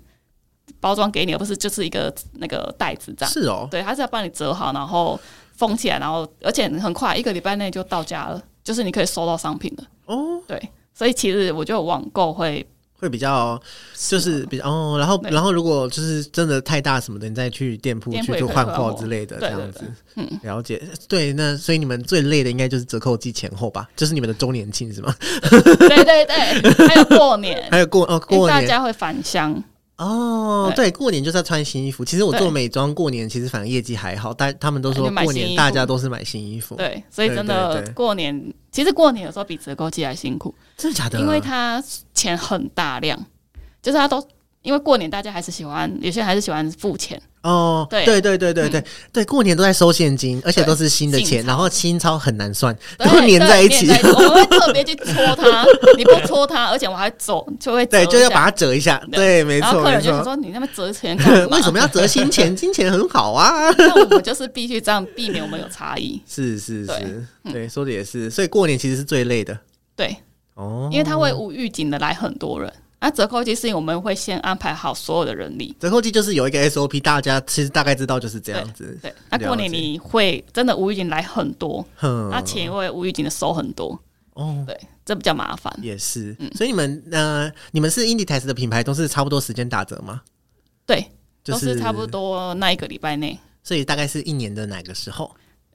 Speaker 3: 包装给你，而不是就是一个那个袋子这样。
Speaker 1: 是哦，
Speaker 3: 对，它是要帮你折好，然后封起来，然后而且很快，一个礼拜内就到家了，就是你可以收到商品了。
Speaker 1: 哦，
Speaker 3: 对，所以其实我觉得网购会 (laughs)
Speaker 1: 会比较就是比较哦，然后
Speaker 3: 啊对
Speaker 1: 然后如果就是真的太大什么的，你再去店铺
Speaker 3: 店
Speaker 1: 去
Speaker 3: 铺也
Speaker 1: 做
Speaker 3: 可以
Speaker 1: 换
Speaker 3: 换
Speaker 1: 货
Speaker 3: 货
Speaker 1: 之类的这
Speaker 3: 对
Speaker 1: 样
Speaker 3: 对
Speaker 1: 子。嗯，了解。对，那所以你们最累的应该就是折扣季前后吧，就是你们的周年庆是吗？
Speaker 3: 对对对，还有过年，
Speaker 1: 还有过哦
Speaker 3: 因为
Speaker 1: 过
Speaker 3: 大
Speaker 1: 年
Speaker 3: 家会返乡，
Speaker 1: 哦，对，过年就是要穿新衣服。其实我做
Speaker 3: 对
Speaker 1: 美妆过年其实反正业绩还好，但他们都说
Speaker 3: 就买
Speaker 1: 过
Speaker 3: 新
Speaker 1: 年
Speaker 3: 衣
Speaker 1: 大
Speaker 3: 服
Speaker 1: 家都是买新衣服，
Speaker 3: 对，所以真
Speaker 1: 对
Speaker 3: 的
Speaker 1: 对对
Speaker 3: 过年，其实过年有时候比折扣季还辛苦，
Speaker 1: 真的假的？
Speaker 3: 因为它钱很大量，就是他都。因为过年大家还是喜欢，有些人还是喜欢付钱，
Speaker 1: 哦，
Speaker 3: 对嗯
Speaker 1: 对对对对对对，过年都在收现金，而且
Speaker 3: 对
Speaker 1: 都是新的
Speaker 3: 新
Speaker 1: 钱，
Speaker 3: 钞
Speaker 1: 然后新钞很难算， (laughs)
Speaker 3: 对
Speaker 1: 然后粘在一起
Speaker 3: 对，粘我们会特别去戳
Speaker 1: (laughs)
Speaker 3: 它，你不戳它，而且我还走就会折
Speaker 1: 对，就要
Speaker 3: 一下
Speaker 1: 把它折一下，
Speaker 3: 对
Speaker 1: 对，没
Speaker 3: 然后
Speaker 1: 错
Speaker 3: 客
Speaker 1: 没
Speaker 3: 人就想
Speaker 1: 错。
Speaker 3: 说：“你那么折钱干嘛
Speaker 1: (laughs) 为什么要折新
Speaker 3: (laughs)
Speaker 1: 钱？金钱很好啊。？”
Speaker 3: 那我们就是必须这样避免我们有差异。
Speaker 1: 是是
Speaker 3: 对
Speaker 1: 是，对，说的也是。所以过年其实是最累的
Speaker 3: 对，
Speaker 1: 哦，
Speaker 3: 因为他会无预警的来很多人。那折扣机是因为我们会先安排好所有的人力。
Speaker 1: 折扣季就是有一个 SOP，大家其实大概知道就是这样子。
Speaker 3: 对，那
Speaker 1: 了
Speaker 3: 过年
Speaker 1: 解嗯
Speaker 3: 你会真的无预警来很多，
Speaker 1: 哼
Speaker 3: 那钱会无预警的收很多，
Speaker 1: 哦。
Speaker 3: 对，这比较麻烦。
Speaker 1: 也是，
Speaker 3: 嗯
Speaker 1: 所以你们呃，你们是 Inditex 的品牌都是差不多时间打折吗？
Speaker 3: 对，
Speaker 1: 就
Speaker 3: 都
Speaker 1: 是
Speaker 3: 是差不，多那一个礼拜内。
Speaker 1: 所以大概是一年的哪个时候？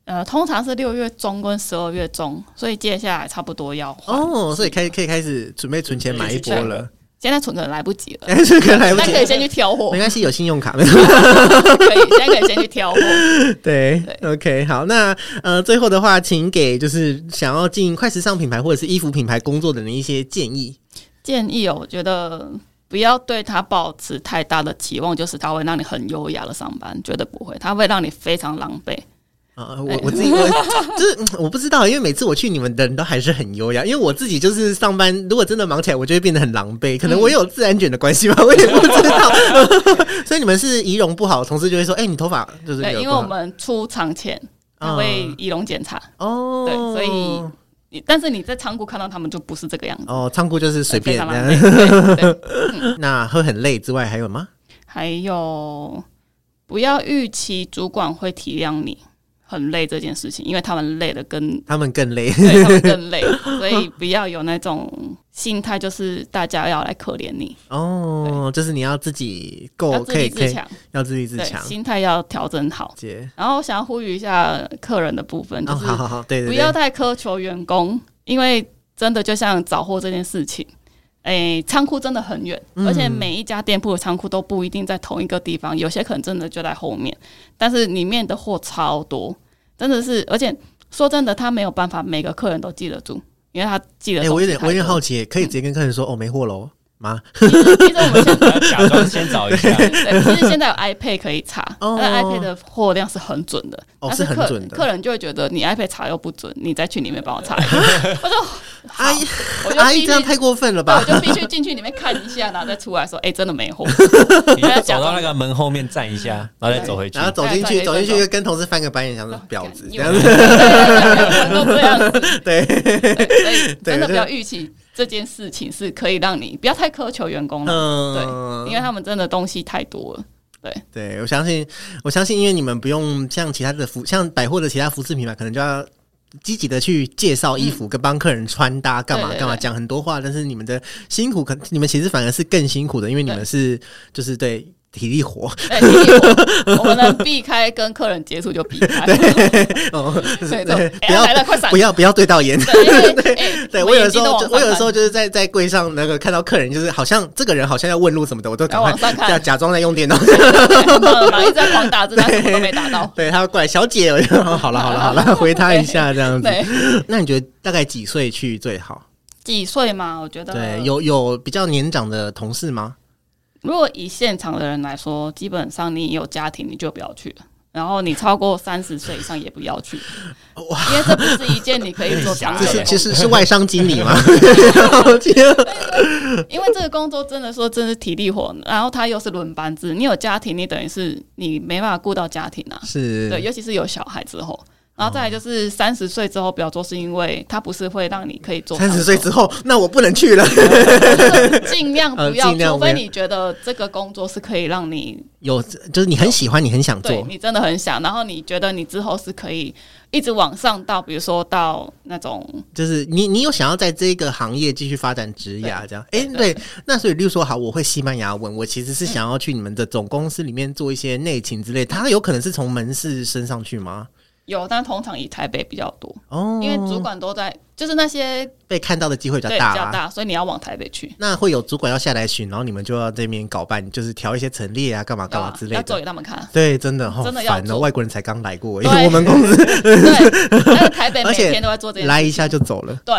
Speaker 3: 呃，通常是六月中跟十二月中，所以接下来差不多要还。
Speaker 1: 哦，所以开可以开始准备存钱买一波了，
Speaker 3: 现在存可能来不及
Speaker 1: (laughs)
Speaker 3: 了，
Speaker 1: 但是可能来不
Speaker 3: 那
Speaker 1: 及
Speaker 3: 可，以先去挑货 (laughs)
Speaker 1: 没，关系，有信用卡。 (laughs)
Speaker 3: 可以，现在可以先去挑货。
Speaker 1: 对
Speaker 3: 对
Speaker 1: o k 好，那呃，最后的话，请给就是想要进快时尚品牌或者是衣服品牌工作的人一些建议。
Speaker 3: 建议哦，我觉得不要对他抱持太大的期望，就是他会让你很优雅的上班，绝对不会，他会让你非常狼狈。
Speaker 1: 啊、我我自己我 (laughs) 就是嗯我不知道，因为每次我去你们的人都还是很优雅，因为我自己就是上班，如果真的忙起来，我就会变得很狼狈，可能我有自然卷的关系吧，我也不知道。 (laughs) 所以你们是仪容不好，同事就会说：“哎、你头发就是
Speaker 3: 对，
Speaker 1: 有
Speaker 3: 因为
Speaker 1: 不好
Speaker 3: 我们出厂前他会仪容检查，
Speaker 1: 哦，
Speaker 3: 对所以你但是你在仓库看到他们就不是这个样子，
Speaker 1: 哦，仓库就是随
Speaker 3: 非
Speaker 1: 便
Speaker 3: 常
Speaker 1: 这
Speaker 3: 狼
Speaker 1: 样。
Speaker 3: 狈。对
Speaker 1: (laughs)
Speaker 3: 对，
Speaker 1: 那会很累之外还有吗？
Speaker 3: 还有不要预期主管会体谅你很累这件事情，因为他们累的跟
Speaker 1: 他们更
Speaker 3: (laughs)
Speaker 1: 累。
Speaker 3: 对他们
Speaker 1: (laughs)
Speaker 3: 更累，所以不要有那种心态，就是大家要来可怜你，
Speaker 1: 哦，就是你要自己够
Speaker 3: 要自
Speaker 1: 可以哦
Speaker 3: 立
Speaker 1: 可
Speaker 3: 自
Speaker 1: 以
Speaker 3: 强。
Speaker 1: 要自立自
Speaker 3: 对，
Speaker 1: 强。
Speaker 3: 心态要调整好。
Speaker 1: 姐，
Speaker 3: 然后我想要呼吁一下客人的部分，
Speaker 1: 哦，
Speaker 3: 就是
Speaker 1: 好好好，对对
Speaker 3: 不
Speaker 1: 对，
Speaker 3: 要太苛求员工，因为真的就像找货这件事情，诶，仓库真的很远，
Speaker 1: 嗯
Speaker 3: 而且每一家店铺的仓库都不一定在同一个地方，有些可能真的就在后面，但是里面的货超多，真的是，而且说真的，他没有办法每个客人都记得住，因为他记得
Speaker 1: 哎、
Speaker 3: 东西
Speaker 1: 我有点
Speaker 3: 太
Speaker 1: 我有点
Speaker 3: 多
Speaker 1: 好奇，可以直接跟客人说、哦，没货喽。妈，
Speaker 3: 其实其实我们现
Speaker 1: (laughs)
Speaker 3: 在
Speaker 4: 假装先找一下。
Speaker 3: 对，其实现在有 iPad 可以查，
Speaker 1: 哦
Speaker 3: 那 iPad 的货量是很准的，
Speaker 1: 哦
Speaker 3: 但
Speaker 1: 是很
Speaker 3: 客
Speaker 1: 准的
Speaker 3: 客人就会觉得你 iPad 查又不准，你再去里面帮我
Speaker 1: (laughs)
Speaker 3: 查一下。我说好
Speaker 1: 阿姨，
Speaker 3: 我就
Speaker 1: 阿
Speaker 3: 必
Speaker 1: 姨啊
Speaker 3: 须
Speaker 1: 这样太过分了
Speaker 3: 对我
Speaker 1: 吧？
Speaker 3: 就必须进去里面看一下，然后再出来说，哎、真的
Speaker 1: (laughs)
Speaker 3: 没货。
Speaker 4: 你就走到那个门后面站一下，然后再走回去
Speaker 1: 然。后走进去，
Speaker 3: 对
Speaker 1: 走进
Speaker 3: 对
Speaker 1: 去
Speaker 3: 对
Speaker 1: 跟同事翻个白眼，想说婊子这样
Speaker 3: 对
Speaker 1: 子。
Speaker 3: 对对对都这样子，
Speaker 1: 对，
Speaker 3: 对所以真
Speaker 1: 对
Speaker 3: 的不要预期这件事情是可以让你不要太苛求员工了，
Speaker 1: 嗯，
Speaker 3: 因为他们真的东西太多了。
Speaker 1: 对，我相信，我相信，因为你们不用像其他的服，像百货的其他服饰品牌，可能就要积极的去介绍衣服，跟帮客人穿搭，干嘛
Speaker 3: 嗯对对
Speaker 1: 干嘛，
Speaker 3: 对
Speaker 1: 讲很多话。但是你们的辛苦，可你们其实反而是更辛苦的，因为你
Speaker 3: 对
Speaker 1: 们是就是对体力活，
Speaker 3: 对，第一我我们能避开跟客人接触就避
Speaker 1: (laughs)
Speaker 3: 开，
Speaker 1: 哦， (laughs) 对
Speaker 3: 对对
Speaker 1: 不要
Speaker 3: 哎来了快闪
Speaker 1: 不要不要对到
Speaker 3: (laughs)
Speaker 1: 眼。
Speaker 3: 对哎
Speaker 1: 对
Speaker 3: 哎
Speaker 1: 我有的时
Speaker 3: 眼睛
Speaker 1: 候
Speaker 3: 都
Speaker 1: 就，我
Speaker 3: 往上
Speaker 1: 有的时候
Speaker 3: 看
Speaker 1: 就是在在柜上那个看到客人，就是好像这个人好像要问路什么的，我都赶
Speaker 3: 要
Speaker 1: 快
Speaker 3: 往上看
Speaker 1: 假假装在用电脑。 (laughs)
Speaker 3: 对然后一直在狂打字，但什么都没打到。
Speaker 1: 对他过来，小姐，我就哦好了好了好
Speaker 3: (laughs)
Speaker 1: 了，回他一下这样子。
Speaker 3: 对，
Speaker 1: 那你觉得大概几岁去最好？
Speaker 3: 几岁嘛？我觉得
Speaker 1: 对，有有比较年长的同事吗？
Speaker 3: 如果以现场的人来说，基本上你有家庭你就不要去了，然后你超过三十岁以上也不要去，因为这不是一件你
Speaker 1: (laughs)
Speaker 3: 可以做长
Speaker 1: 这
Speaker 3: 久
Speaker 1: 是
Speaker 3: 的
Speaker 1: 其
Speaker 3: 工
Speaker 1: 实是外商经理吗？
Speaker 3: (laughs) 作，因为这个工作真的说真是体力活，然后他又是轮班制，你有家庭，你等于是你没办法顾到家庭啊，对，
Speaker 1: 是
Speaker 3: 尤其是有小孩之后。然后再来就是三十岁之后不要做，是因为它不是会让你可以做
Speaker 1: 三十岁之
Speaker 3: 后，
Speaker 1: 后，那我不能去了。 (laughs)
Speaker 3: 尽量不
Speaker 1: 呃
Speaker 3: 要，
Speaker 1: 尽量
Speaker 3: 除
Speaker 1: 不要
Speaker 3: 非你觉得这个工作是可以让你
Speaker 1: 有就是你很喜欢，你很想
Speaker 3: 对
Speaker 1: 做，
Speaker 3: 你真的很想，然后你觉得你之后是可以一直往上到，比如说到那种
Speaker 1: 就是你你有想要在这个行业继续发展职涯这样。哎，对，那所以例如说，好，我会西班牙文，我其实是想要去你们的总公司里面做一些内勤之类，他有可能是从门市升上去吗？
Speaker 3: 有，但通常以台北比较多，
Speaker 1: 哦，
Speaker 3: 因为主管都在，就是那些
Speaker 1: 被看到的机会比较
Speaker 3: 对比
Speaker 1: 大啊
Speaker 3: 较
Speaker 1: 啦。
Speaker 3: 大，所以你要往台北去，
Speaker 1: 那会有主管要下来巡，然后你们就要这边搞半，就是调一些陈列啊，干嘛干嘛之类
Speaker 3: 要
Speaker 1: 的。
Speaker 3: 做。给他们看
Speaker 1: 对，真的好
Speaker 3: 真的要
Speaker 1: 烦哦，
Speaker 3: 做
Speaker 1: 外国人才刚来过，因
Speaker 3: 对
Speaker 1: 为我们公
Speaker 3: (laughs)
Speaker 1: 司
Speaker 3: 对，但是台
Speaker 1: (laughs)
Speaker 3: 北
Speaker 1: 而
Speaker 3: 每
Speaker 1: 且
Speaker 3: 天都在做这件事，
Speaker 1: 来一下就走了。
Speaker 3: 对。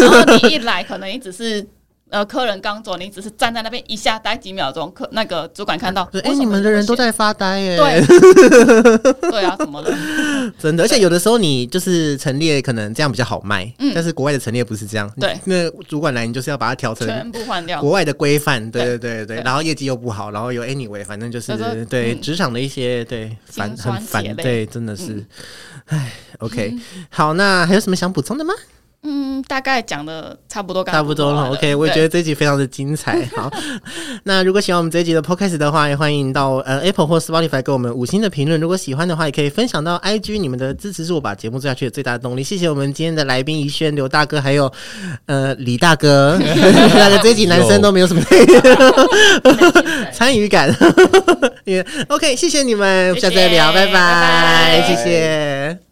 Speaker 3: 然后你一来，可能你只是呃客人刚走，你只是站在那边一下待几秒钟，客那个主管看到，
Speaker 1: 对，哎，
Speaker 3: 为什么
Speaker 1: 你们的人都
Speaker 3: 这么
Speaker 1: 在发呆耶。
Speaker 3: 闲。对，对啊，怎么了？
Speaker 1: (laughs) 真的，而且有的时候你就是陈列，可能这样比较好卖，但是国外的陈列不是这样。
Speaker 3: 嗯对
Speaker 1: 你那主管来，你就是要把它调成
Speaker 3: 全部换掉。
Speaker 1: 国外的规范，对对
Speaker 3: 对
Speaker 1: 对对，
Speaker 3: 对
Speaker 1: 然后业绩又不好，然后有 anyway，反正就是
Speaker 3: 就是
Speaker 1: 对
Speaker 3: 嗯
Speaker 1: 职场的一些对烦
Speaker 3: 辛
Speaker 1: 很
Speaker 3: 酸
Speaker 1: 烦
Speaker 3: 血，泪嗯
Speaker 1: 对，真的是，哎，OK，好，那还有什么想补充的吗？
Speaker 3: 嗯，大概讲的差不多刚才
Speaker 1: 差不多了
Speaker 3: 完
Speaker 1: ，OK，我也
Speaker 3: 对
Speaker 1: 觉得这集非常的精彩。 (laughs) 好，那如果喜欢我们这一集的 Podcast 的话，也欢迎到呃 Apple 或 Spotify 给我们五星的评论。如果喜欢的话，也可以分享到 IG，你们的支持是我把节目做下去的最大的动力。谢谢我们今天的来宾宜轩、刘大哥，还有呃李大 (laughs) 哥。李大哥这一集男生都没有什么参与感， (laughs) 也 OK，谢谢你们，我们下次再聊，
Speaker 3: 谢谢
Speaker 1: 拜拜，
Speaker 3: 拜
Speaker 2: 拜
Speaker 1: 谢谢。